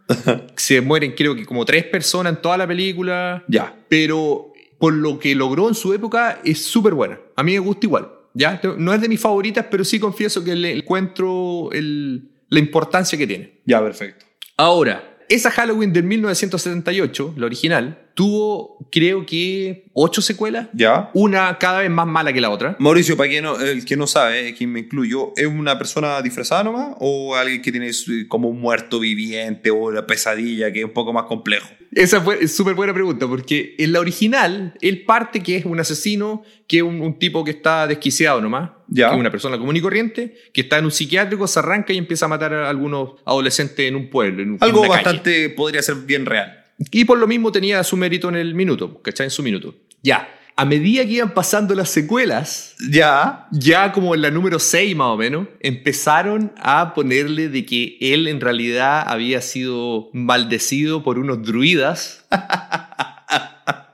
se mueren creo que como tres personas en toda la película Ya. pero por lo que logró en su época es súper buena. A mí me gusta igual. ¿ya? No es de mis favoritas, pero sí confieso que le encuentro el- la importancia que tiene. Ya, perfecto. Ahora, esa Halloween del 1978, la original, tuvo creo que ocho secuelas, Ya. una cada vez más mala que la otra. Mauricio, para quien no, el que no sabe, eh, quien me incluyo, ¿es una persona disfrazada nomás o alguien que tiene eh, como un muerto viviente o la pesadilla, que es un poco más complejo? Esa fue es súper buena pregunta, porque en la original, él parte que es un asesino, que es un, un tipo que está desquiciado nomás, Ya. que es una persona común y corriente, que está en un psiquiátrico, se arranca y empieza a matar a algunos adolescentes en un pueblo. en un- Algo en una calle. bastante podría ser bien real. Y por lo mismo tenía su mérito en el minuto, ¿cachai? En su minuto. Ya, a medida que iban pasando las secuelas, Ya. ya como en la número 6 más o menos, empezaron a ponerle de que él en realidad había sido maldecido por unos druidas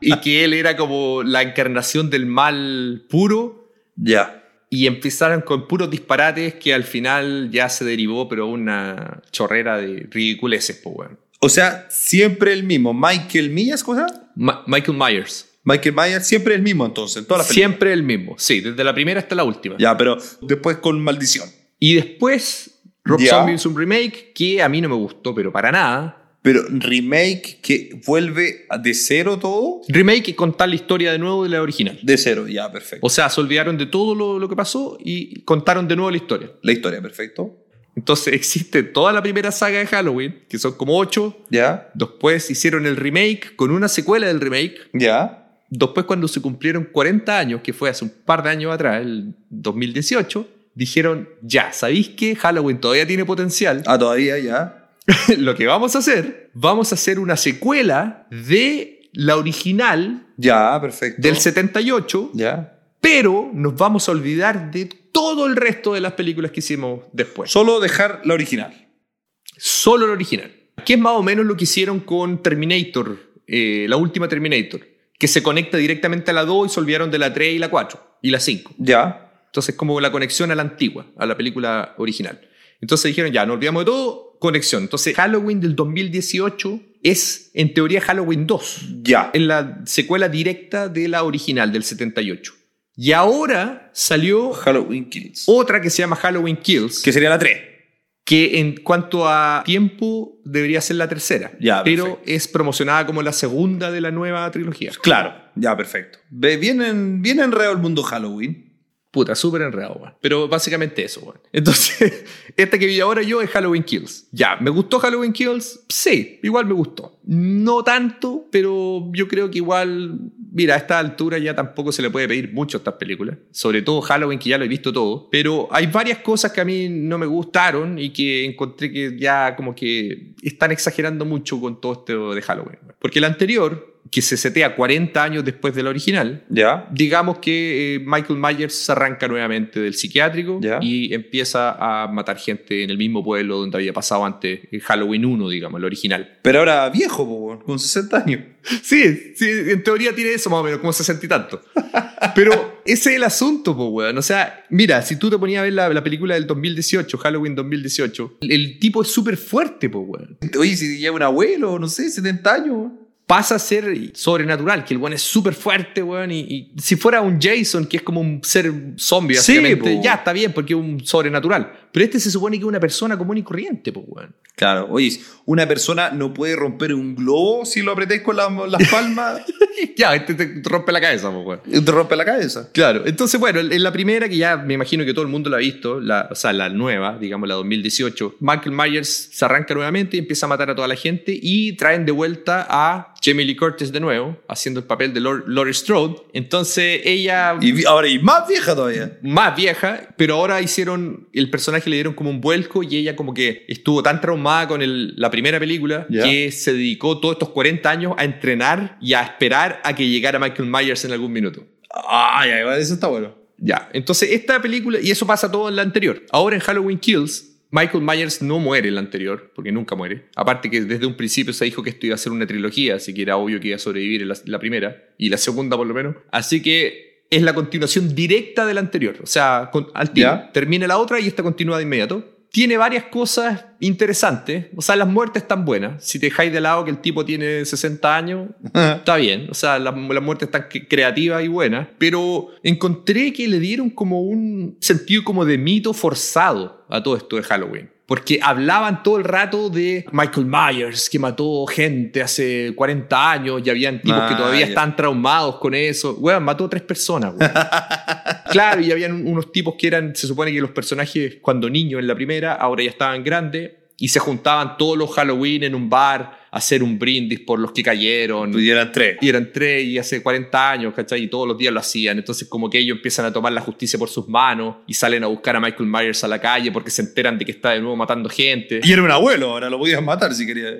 y que él era como la encarnación del mal puro Ya. y empezaron con puros disparates que al final ya se derivó pero a una chorrera de ridiculeces, pues bueno. O sea, siempre el mismo. Michael Myers, ¿cosa? Ma- Michael Myers. Michael Myers, siempre el mismo entonces, en todas las películas. Siempre el mismo, sí, desde la primera hasta la última. Ya, pero después con maldición. Y después Rob Ya. Zombie hizo un remake que a mí no me gustó, pero para nada. Pero remake que vuelve a- de cero todo. Remake y contar la historia de nuevo de la original. De cero, ya, perfecto. O sea, se olvidaron de todo lo, lo que pasó y contaron de nuevo la historia. La historia, perfecto. Entonces existe toda la primera saga de Halloween, que son como ocho. Ya, Después hicieron el remake con una secuela del remake. ya, Después cuando se cumplieron 40 años, que fue hace un par de años atrás, el 2018, dijeron, ya, ¿sabéis que Halloween todavía tiene potencial? ah, todavía, ya. lo que vamos a hacer, vamos a hacer una secuela de la original Ya, perfecto. del 78 Ya. pero nos vamos a olvidar de todo el resto de las películas que hicimos después. Solo dejar la original. Solo el original. Que es más o menos lo que hicieron con Terminator, eh, la última Terminator, que se conecta directamente a la 2 y se olvidaron de la 3 y la 4 y la 5. Ya. Entonces, como la conexión a la antigua, a la película original. Entonces dijeron, ya, nos olvidamos de todo, conexión. Entonces, Halloween del 2018 es, en teoría, Halloween 2 Ya. en la secuela directa de la original del 78. Y ahora salió Halloween Kills. otra que se llama Halloween Kills, Oh, Que que, sería la 3. en cuanto a tiempo debería ser la tercera, Ya, pero perfecto. es promocionada como la segunda de la nueva trilogía. Claro. Ya, perfecto. Ve, bien, en, bien enredado el mundo Halloween. Puta, súper enredado, weón. Pero básicamente eso, weón. Entonces, esta que vi ahora yo es Halloween Kills. Ya, ¿me gustó Halloween Kills? Sí, igual me gustó. No tanto, pero yo creo que igual, mira, a esta altura ya tampoco se le puede pedir mucho a estas películas. Sobre todo Halloween, que ya lo he visto todo. Pero hay varias cosas que a mí no me gustaron y que encontré que ya como que están exagerando mucho con todo esto de Halloween. weón. Porque el anterior, que se setea 40 años después del original, ¿Ya? digamos que eh, Michael Myers se arranca nuevamente del psiquiátrico Ya. y empieza a matar gente en el mismo pueblo donde había pasado antes en Halloween 1, digamos, el original. Pero ahora viejo, po, weón, con 60 años. Sí, sí, en teoría tiene eso más o menos, como 60 y tanto. Pero ese es el asunto, po, weón. O sea, mira, si tú te ponías a ver la, la película del 2018, Halloween 2018, el, el tipo es súper fuerte, po, weón. Oye, si lleva un abuelo, no sé, 70 años. weón. pasa a ser sobrenatural, que el weón es súper fuerte, weón, y, y si fuera un Jason, que es como un ser zombie, Sí, básicamente, po. ya está bien, porque es un sobrenatural. Pero este se supone que es una persona común y corriente, pues, weón. Claro, oye, una persona no puede romper un globo si lo apretáis con la- las palmas, ya, este te rompe la cabeza, pues, weón. te rompe la cabeza. Claro, entonces bueno, en la primera que ya me imagino que todo el mundo la ha visto, la, o sea, la nueva, digamos la 2018, Michael Myers se arranca nuevamente y empieza a matar a toda la gente y traen de vuelta a Jamie Lee Curtis de nuevo, haciendo el papel de Lor- Laurie Strode. Entonces ella Y vi- ahora, y más vieja todavía. más vieja, pero ahora hicieron, el personaje le dieron como un vuelco y ella como que estuvo tan traumada con el- la primera película Ya. que se dedicó todos estos 40 años a entrenar y a esperar a que llegara Michael Myers en algún minuto. Ay, ay, eso está bueno. Ya, entonces esta película, y eso pasa todo en la anterior. Ahora en Halloween Kills, Michael Myers no muere en la anterior, porque nunca muere. Aparte que desde un principio se dijo que esto iba a ser una trilogía, así que era obvio que iba a sobrevivir en la, la primera, y la segunda por lo menos. Así que es la continuación directa de la anterior. O sea, con- al tiro. Ya. Termina la otra y esta continúa de inmediato. Tiene varias cosas interesantes. O sea, las muertes están buenas. Si te dejáis de lado que el tipo tiene 60 años, Está bien, o sea, la, la muerte está cre- creativa y buena, pero encontré que le dieron como un sentido como de mito forzado a todo esto de Halloween. Porque hablaban todo el rato de Michael Myers, que mató gente hace 40 años y habían tipos que Ah, todavía ya. están traumados con eso. Weón, mató a tres personas, weón. Claro, y habían un- unos tipos que eran, se supone que los personajes cuando niños en la primera, ahora ya estaban grandes, y se juntaban todos los Halloween en un bar a hacer un brindis por los que cayeron. Pues ya eran tres. Y eran tres y hace 40 años, ¿cachai? Y todos los días lo hacían. Entonces como que ellos empiezan a tomar la justicia por sus manos y salen a buscar a Michael Myers a la calle porque se enteran de que está de nuevo matando gente. Y era un abuelo, ahora lo podías matar si querías.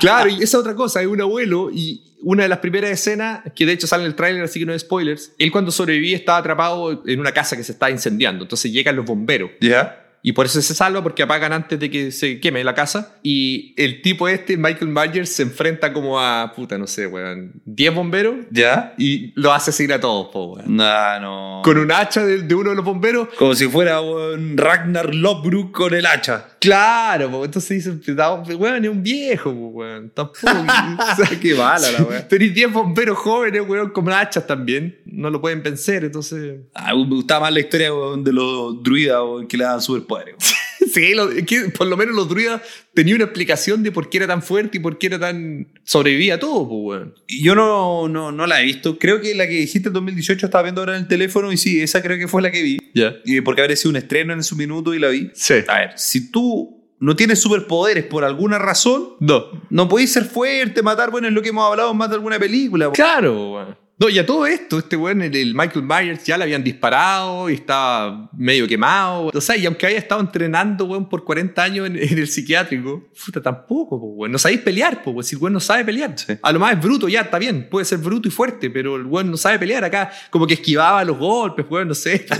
Claro, y esa otra cosa, es un abuelo y una de las primeras escenas, que de hecho sale en el tráiler, así que no hay spoilers, él cuando sobrevivía estaba atrapado en una casa que se estaba incendiando, entonces llegan los bomberos ¿Ya? y por eso se salva porque apagan antes de que se queme la casa y el tipo este, Michael Myers, se enfrenta como a, puta, no sé, weón, 10 bomberos ¿Ya? y lo asesina a todos, po, weón. Nah, no. Con un hacha de, de uno de los bomberos. Como si fuera un Ragnar Lodbrok con el hacha. Claro, po. entonces dicen, "Da- weón, es un viejo, po, weón. Tampoco. o sea, Qué bala la wea. Tenéis 10 bomberos jóvenes, weón, con hachas también. No lo pueden vencer, entonces. Ah, me gustaba más la historia weón, de los druidas weón, que le daban superpoderes. weón. Sí, lo- es que por lo menos los druidas tenían una explicación de por qué era tan fuerte y por qué era tan. sobrevivía a todo, po, weón. Y Yo no, no, no la he visto. Creo que la que dijiste en 2018 estaba viendo ahora en el teléfono y sí, esa creo que fue la que vi. Ya. Y Porque habría sido un estreno en su minuto y la vi. Sí. A ver, si tú no tienes superpoderes por alguna razón, No. no podéis ser fuerte, matar, bueno, es lo que hemos hablado en más de alguna película. weón. Claro, po, weón. No, y a todo esto, este weón, el, el Michael Myers, ya le habían disparado y estaba medio quemado. O sea, y aunque haya estado entrenando, weón, por 40 años en, en el psiquiátrico, puta, tampoco, po, weón. No sabéis pelear, po, weón. Si el weón no sabe pelear. Sí. A lo más es bruto, ya, está bien. Puede ser bruto y fuerte, pero el weón no sabe pelear. Acá como que esquivaba los golpes, weón, no sé. po.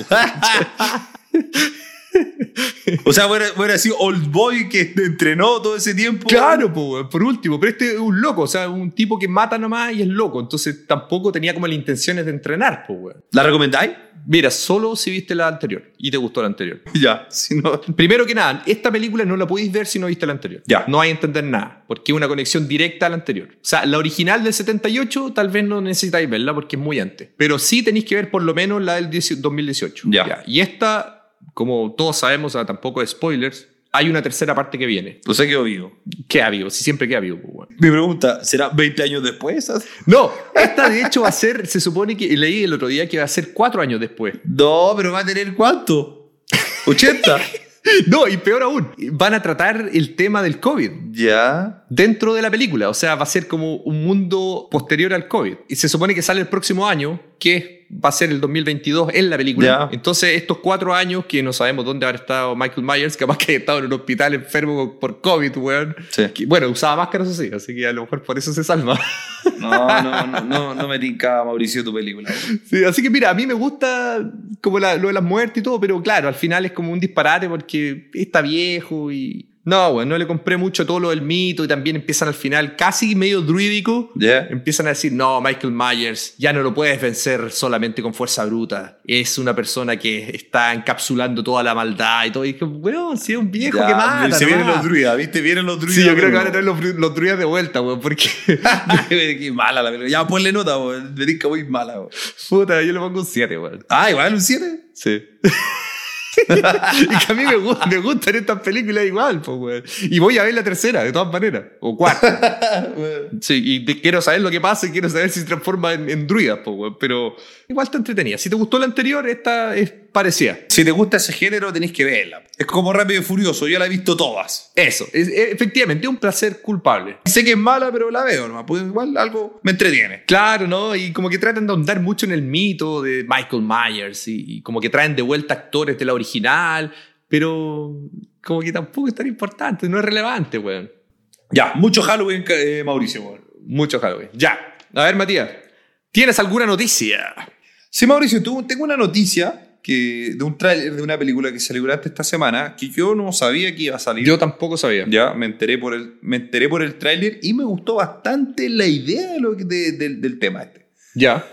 O sea, hubiera, hubiera sido Old Boy que entrenó todo ese tiempo. Claro, po, weón, por último, pero este es un loco, o sea, un tipo que mata nomás y es loco, entonces tampoco tenía como las intenciones de entrenar, po, weón. ¿La recomendáis? Mira, solo si viste la anterior y te gustó la anterior. Ya, si no. Primero que nada, esta película no la podéis ver si no viste la anterior. Ya. No hay que entender nada, porque es una conexión directa a la anterior. O sea, la original del 78 tal vez no necesitáis verla porque es muy antes. Pero sí tenéis que ver por lo menos la del 18 2018. Ya. Y esta, como todos sabemos, o sea, tampoco es spoilers, hay una tercera parte que viene. O sea, quedó vivo. Queda vivo, si siempre queda vivo. pues, bueno. Mi pregunta, ¿será 20 años después? No, esta de hecho va a ser, se supone que leí el otro día que va a ser cuatro años después. No, pero va a tener cuánto? 80. No, y peor aún, van a tratar el tema del COVID. ya. dentro de la película, o sea, va a ser como un mundo posterior al COVID. Y se supone que sale el próximo año, que va a ser el 2022 en la película. Ya. Entonces, estos cuatro años que no sabemos dónde habrá estado Michael Myers, capaz que haya estado en un hospital enfermo por COVID, weón. Sí. Que, bueno, usaba máscaras así, así que a lo mejor por eso se salva. No, no, no, no, no me tinca, Mauricio, tu película. Sí, así que mira, a mí me gusta como la- lo de las muertes y todo, pero claro, al final es como un disparate porque está viejo y... No, bueno, no le compré mucho todo lo del mito y también empiezan al final casi medio druídico. ¿Ya? Empiezan a decir, no, Michael Myers, ya no lo puedes vencer solamente con fuerza bruta. Es una persona que está encapsulando toda la maldad y todo. Y es como, bueno, si es un viejo Ya, que mata. Se vienen nomás". los druidas, ¿viste? Vienen los druidas. Sí, yo creo que pero- van a traer los, dru- los druidas de vuelta, weón, porque Qué mala la película. Ya, ponle nota, weón. Me tinca muy mala, weón. puta, yo le pongo un 7, weón. Ah, igual, un 7. Sí. y que a mí me, gu- me gustan estas películas igual, pues, weón. Y voy a ver la tercera, de todas maneras. O cuarta. sí, y te- quiero saber lo que pasa y quiero saber si se transforma en, en druidas, pues, weón. Pero igual está entretenida. Si te gustó la anterior, esta es parecida. Si te gusta ese género, tenés que verla. Es como Rápido y Furioso, yo la he visto todas. Eso, es- e- efectivamente, un placer culpable. Sé que es mala, pero la veo nomás, porque igual algo me entretiene. Claro, ¿no? Y como que tratan de ahondar mucho en el mito de Michael Myers y, y como que traen de vuelta actores de la original, pero como que tampoco es tan importante, no es relevante, weón. Ya, mucho Halloween, eh, Mauricio, weón. Mucho Halloween. Ya. A ver, Matías, ¿tienes alguna noticia? Sí, Mauricio, tú- tengo una noticia que, de un tráiler de una película que salió durante esta semana que yo no sabía que iba a salir. Yo tampoco sabía. Ya, me enteré por el, me enteré por el tráiler y me gustó bastante la idea de lo que- de- del- del tema este. Ya.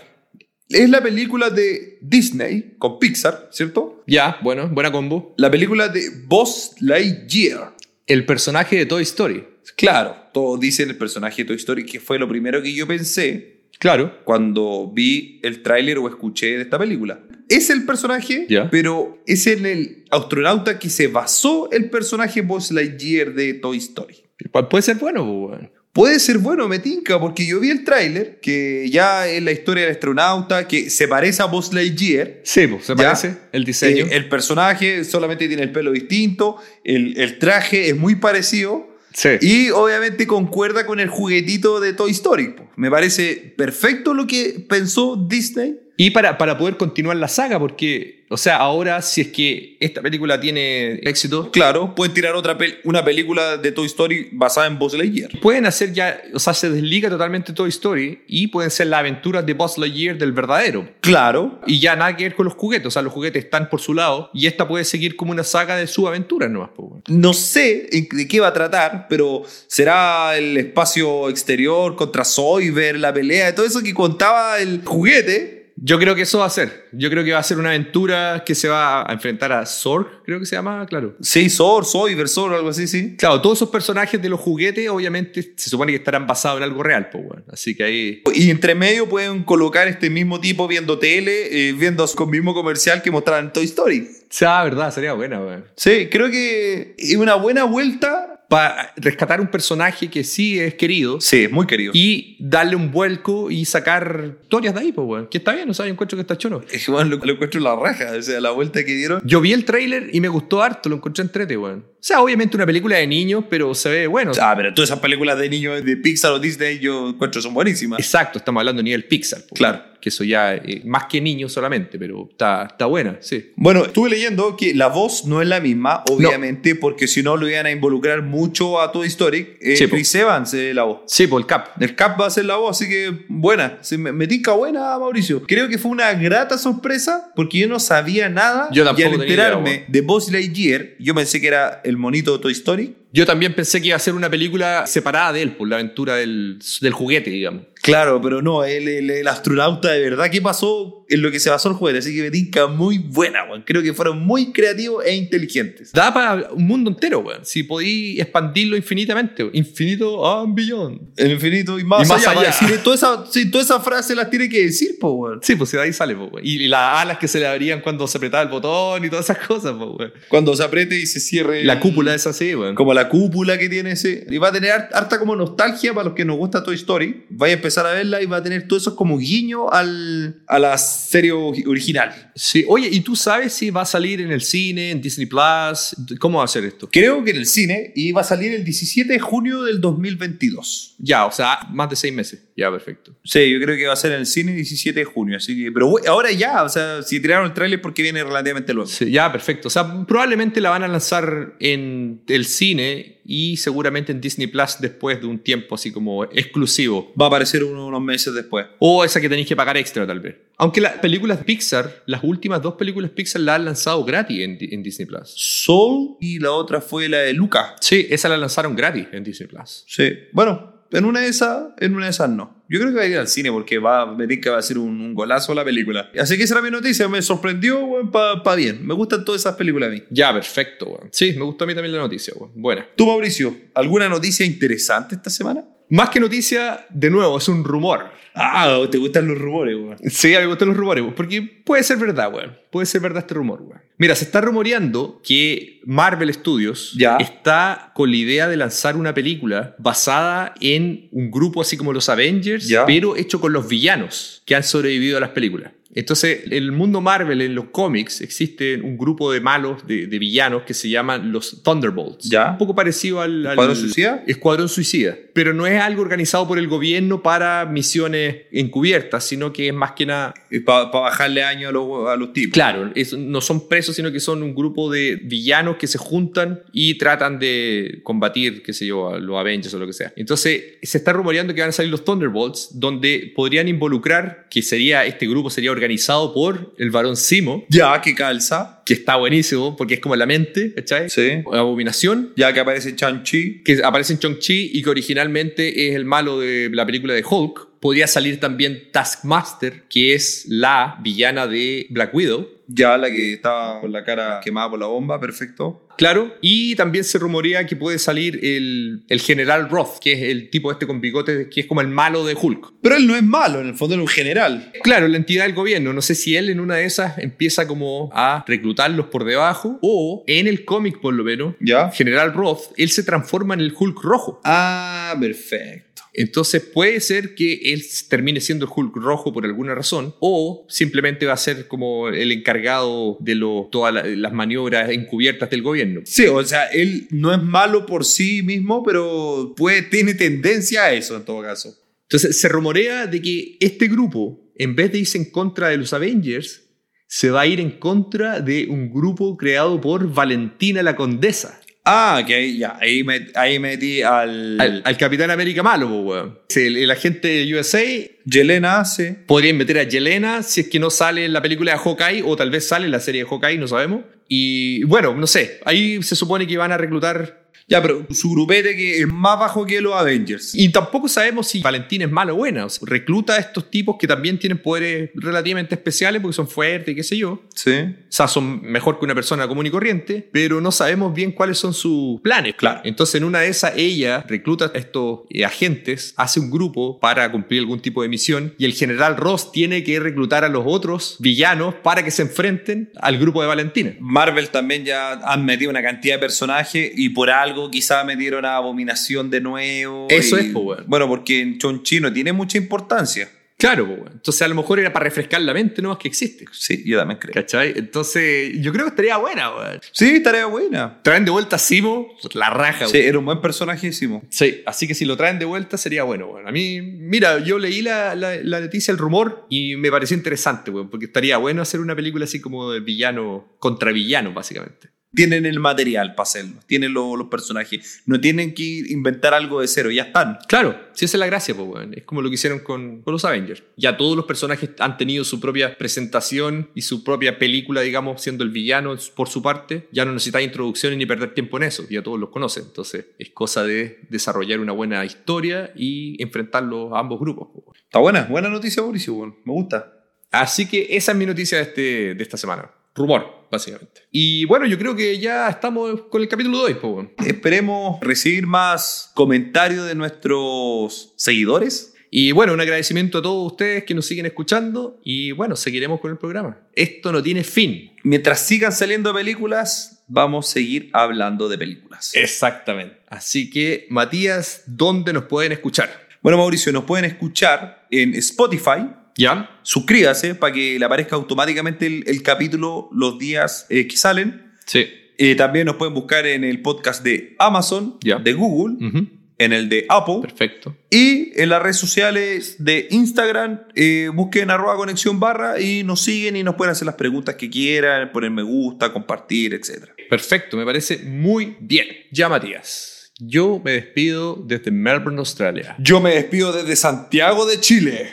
Es la película de Disney con Pixar, ¿cierto? Ya, bueno, buena combo. La película de Buzz Lightyear. El personaje de Toy Story. Claro, todos dicen el personaje de Toy Story, que fue lo primero que yo pensé Claro. cuando vi el tráiler o escuché de esta película. Es el personaje, Ya. pero es en el astronauta que se basó el personaje Buzz Lightyear de Toy Story. Igual Puede ser bueno, pues, weón. Puede ser bueno, me tinca, porque yo vi el tráiler, que ya es la historia del astronauta, que se parece a Buzz Lightyear, Sí, pues, se Ya. parece. El diseño. Eh, el personaje solamente tiene el pelo distinto, el, el traje es muy parecido sí. y obviamente concuerda con el juguetito de Toy Story. po. Me parece perfecto lo que pensó Disney. Y para, para poder continuar la saga, porque, o sea, ahora si es que esta película tiene éxito, Claro, pueden tirar otra pel- una película de Toy Story basada en Buzz Lightyear. pueden hacer ya, o sea, se desliga totalmente Toy Story y pueden ser las aventuras de Buzz Lightyear del verdadero. Claro. Y ya nada que ver con los juguetes, o sea, los juguetes están por su lado y esta puede seguir como una saga de su aventura nomás. po, weón. No sé en- de qué va a tratar, pero será el espacio exterior contra Soyber, la pelea, todo eso que contaba el juguete. Yo creo que eso va a ser. Yo creo que va a ser una aventura que se va a enfrentar a Zorg, creo que se llama, claro. Sí, Sor, Soyber, Sor, algo así, sí. Claro, todos esos personajes de los juguetes obviamente se supone que estarán basados en algo real, pues, bueno. Así que ahí Y entre medio pueden colocar este mismo tipo viendo tele, eh, viendo con mismo comercial que mostraban en Toy Story. sea verdad, sería buena, weón. Sí, creo que es una buena vuelta. Para rescatar un personaje que sí es querido Sí, muy querido. Y y darle un vuelco y sacar historias de ahí, pues, weón. Que está bien, o sea, yo encuentro que está choro. es que, bueno, lo, lo encuentro en la raja, o sea, la vuelta que dieron. Yo vi el tráiler y me gustó harto, lo encontré entrete, weón. O sea, obviamente una película de niños, pero se ve bueno. Ah, pero todas esas películas de niños de Pixar o Disney yo encuentro son buenísimas. Exacto, estamos hablando a nivel Pixar. pues, Claro. weón. Que eso ya, eh, más que niños solamente, pero está, está buena, sí. Bueno, estuve leyendo que la voz no es la misma, obviamente, porque si no lo iban a involucrar mucho a Toy Story. Eh, Sí, po. Chris Evans es la voz. Sí, por el cap. El Cap va a ser la voz, así que buena. Se me, me tinca buena, Mauricio. Creo que fue una grata sorpresa porque yo no sabía nada. Yo tampoco Y al tenía enterarme idea, weón. de Buzz Lightyear, yo pensé que era el monito de Toy Story. Yo también pensé que iba a ser una película separada de él, por la aventura del, del juguete, digamos. Claro, pero no, el, el- el astronauta de verdad que pasó en lo que se basó el juego. Así que me tinca muy buena, weón. Creo que fueron muy creativos e inteligentes. Da para un mundo entero, weón. Si podí expandirlo infinitamente. weón. Infinito and beyond. El infinito y más, Y más allá. allá. Así que toda esa, sí, toda esa frase las tiene que decir, po, weón. Sí, pues de ahí sale, pues, weón. Y, y las alas que se le abrían cuando se apretaba el botón y todas esas cosas, pues, weón. Cuando se apriete y se cierre. La cúpula es así, weón. Como la la cúpula que tiene ese. Y va a tener har- harta como nostalgia para los que nos gusta Toy Story. Vais a empezar a verla y va a tener todo eso como guiño al, a la serie ori- original. Sí, oye, ¿y tú sabes si va a salir en el cine, en Disney Plus? ¿Cómo va a ser esto? Creo que en el cine y va a salir el 17 de junio del 2022. Ya, o sea, más de seis meses. Ya, perfecto. Sí, yo creo que va a ser en el cine el 17 de junio. Así que, pero bueno, ahora ya, o sea, si tiraron el tráiler porque viene relativamente luego. Sí, ya, perfecto. O sea, probablemente la van a lanzar en el cine y seguramente en Disney Plus después de un tiempo así como exclusivo. Va a aparecer uno- unos meses después. O esa que tenéis que pagar extra, tal vez. Aunque las películas Pixar, las últimas dos películas Pixar las han lanzado gratis en, en Disney Plus. Soul y la otra fue la de Luca. Sí, esa la lanzaron gratis en Disney Plus. Sí. Bueno, en una de esas, en una de esas no. Yo creo que va a ir al cine porque va, me tinca que va a ser un, un golazo la película. Así que esa era mi noticia. Me sorprendió, para bien. Me gustan todas esas películas a mí. Ya, perfecto, weón. Sí, me gustó a mí también la noticia, weón. Buena. Tú, Mauricio, ¿alguna noticia interesante esta semana? Más que noticia, de nuevo, es un rumor. Ah, te gustan los rumores, weón. Sí, a mí me gustan los rumores, weón, porque puede ser verdad, weón. Puede ser verdad este rumor, weón. Mira, se está rumoreando que Marvel Studios Ya. está con la idea de lanzar una película basada en un grupo así como los Avengers, Ya. pero hecho con los villanos que han sobrevivido a las películas. Entonces, en el mundo Marvel, en los cómics, existe un grupo de malos, de, de villanos, que se llaman los Thunderbolts. Ya. Un poco parecido al... al- ¿Escuadrón Suicida? Escuadrón Suicida. Pero no es algo organizado por el gobierno para misiones encubiertas, sino que es más que nada Para eh, bajarle año a los, a los tipos. Claro, es- no son presos, sino que son un grupo de villanos que se juntan y tratan de combatir, qué sé yo, a los Avengers o lo que sea. Entonces, se está rumoreando que van a salir los Thunderbolts, donde podrían involucrar, que sería, este grupo sería organizado por el varón Simo, Ya, que calza. que está buenísimo, porque es como la mente, ¿cachai? Sí. Abominación. Ya que aparece Chan-Chi. Que aparece en Chong-Chi y que originalmente es el malo de la película de Hulk. Podría salir también Taskmaster, que es la villana de Black Widow. Ya la que estaba con la cara quemada por la bomba, perfecto. Claro, y también se rumorea que puede salir el, el general Roth, que es el tipo este con bigote, que es como el malo de Hulk. Pero él no es malo, en el fondo era un general. Claro, la entidad del gobierno, no sé si él en una de esas empieza como a reclutarlos por debajo, o en el cómic por lo menos, ¿Ya? general Roth, él se transforma en el Hulk rojo. Ah, perfecto. Entonces puede ser que él termine siendo el Hulk rojo por alguna razón, o simplemente va a ser como el encargado de lo- todas la- las maniobras encubiertas del gobierno. Sí, o sea, él no es malo por sí mismo, pero puede, tiene tendencia a eso en todo caso. Entonces se rumorea de que este grupo, en vez de irse en contra de los Avengers, se va a ir en contra de un grupo creado por Valentina la Condesa, Ah, que ahí, ya, ahí, met- ahí metí al, al, al Capitán América malo, po, weón. Si El, el agente de USA Yelena hace. podrían meter a Yelena si es que no sale en la película de Hawkeye o tal vez sale en la serie de Hawkeye, no sabemos. Y bueno, no sé, ahí se supone que van a reclutar Ya, pero su grupete que es más bajo que los Avengers. y tampoco sabemos si Valentina es mala o buena, o sea, recluta a estos tipos que también tienen poderes relativamente especiales porque son fuertes y qué sé yo. Sí. O sea, son mejor que una persona común y corriente, pero no sabemos bien cuáles son sus planes. Claro. Entonces, en una de esas, ella recluta a estos eh, agentes, hace un grupo para cumplir algún tipo de misión, y el general Ross tiene que reclutar a los otros villanos para que se enfrenten al grupo de Valentina. Marvel también ya han metido una cantidad de personajes y por algo quizá metieron a Abominación de nuevo. Eso y- es, po, weón. Bueno, porque en Chonchi no tiene mucha importancia. Claro, pues, bueno. entonces a lo mejor era para refrescar la mente, no más que existe. Sí, yo también creo. ¿Cachai? Entonces, yo creo que estaría buena, weón. Sí, tarea buena. Traen de vuelta a Simo, la raja, Sí, era un buen personajísimo. Sí, así que si lo traen de vuelta sería bueno, bueno. A mí, mira, yo leí la, la, la noticia, el rumor, y me pareció interesante, bueno, porque estaría bueno hacer una película así como de villano contra villano, básicamente. Tienen el material para hacerlo, tienen lo- los personajes. No tienen que inventar algo de cero, ya están. Claro, si esa es la gracia, pues, bueno. es como lo que hicieron con, con los Avengers. Ya todos los personajes han tenido su propia presentación y su propia película, digamos, siendo el villano por su parte. Ya no necesitas introducciones ni perder tiempo en eso, ya todos los conocen. Entonces, es cosa de desarrollar una buena historia y enfrentarlos a ambos grupos. pues, bueno. Está buena, buena noticia, Mauricio. bueno, me gusta. Así que esa es mi noticia de, este, de esta semana. Rumor, básicamente. Y bueno, yo creo que ya estamos con el capítulo 2, po. weón. Esperemos recibir más comentarios de nuestros seguidores. Y bueno, un agradecimiento a todos ustedes que nos siguen escuchando y bueno, seguiremos con el programa. Esto no tiene fin. Mientras sigan saliendo películas, vamos a seguir hablando de películas. Eh. Exactamente. Así que, Matías, ¿dónde nos pueden escuchar? Bueno, Mauricio, nos pueden escuchar en Spotify. ¿Ya? Suscríbase para que le aparezca automáticamente el, el capítulo los días eh, que salen. Sí. Eh, también nos pueden buscar en el podcast de Amazon, Ya. de Google, Ujú. en el de Apple Perfecto. y en las redes sociales de Instagram. eh, busquen arroba conexión barra y nos siguen y nos pueden hacer las preguntas que quieran, poner me gusta, compartir, etc. Perfecto, me parece muy bien. Ya, Matías. Yo me despido desde Melbourne, Australia. Yo me despido desde Santiago de Chile.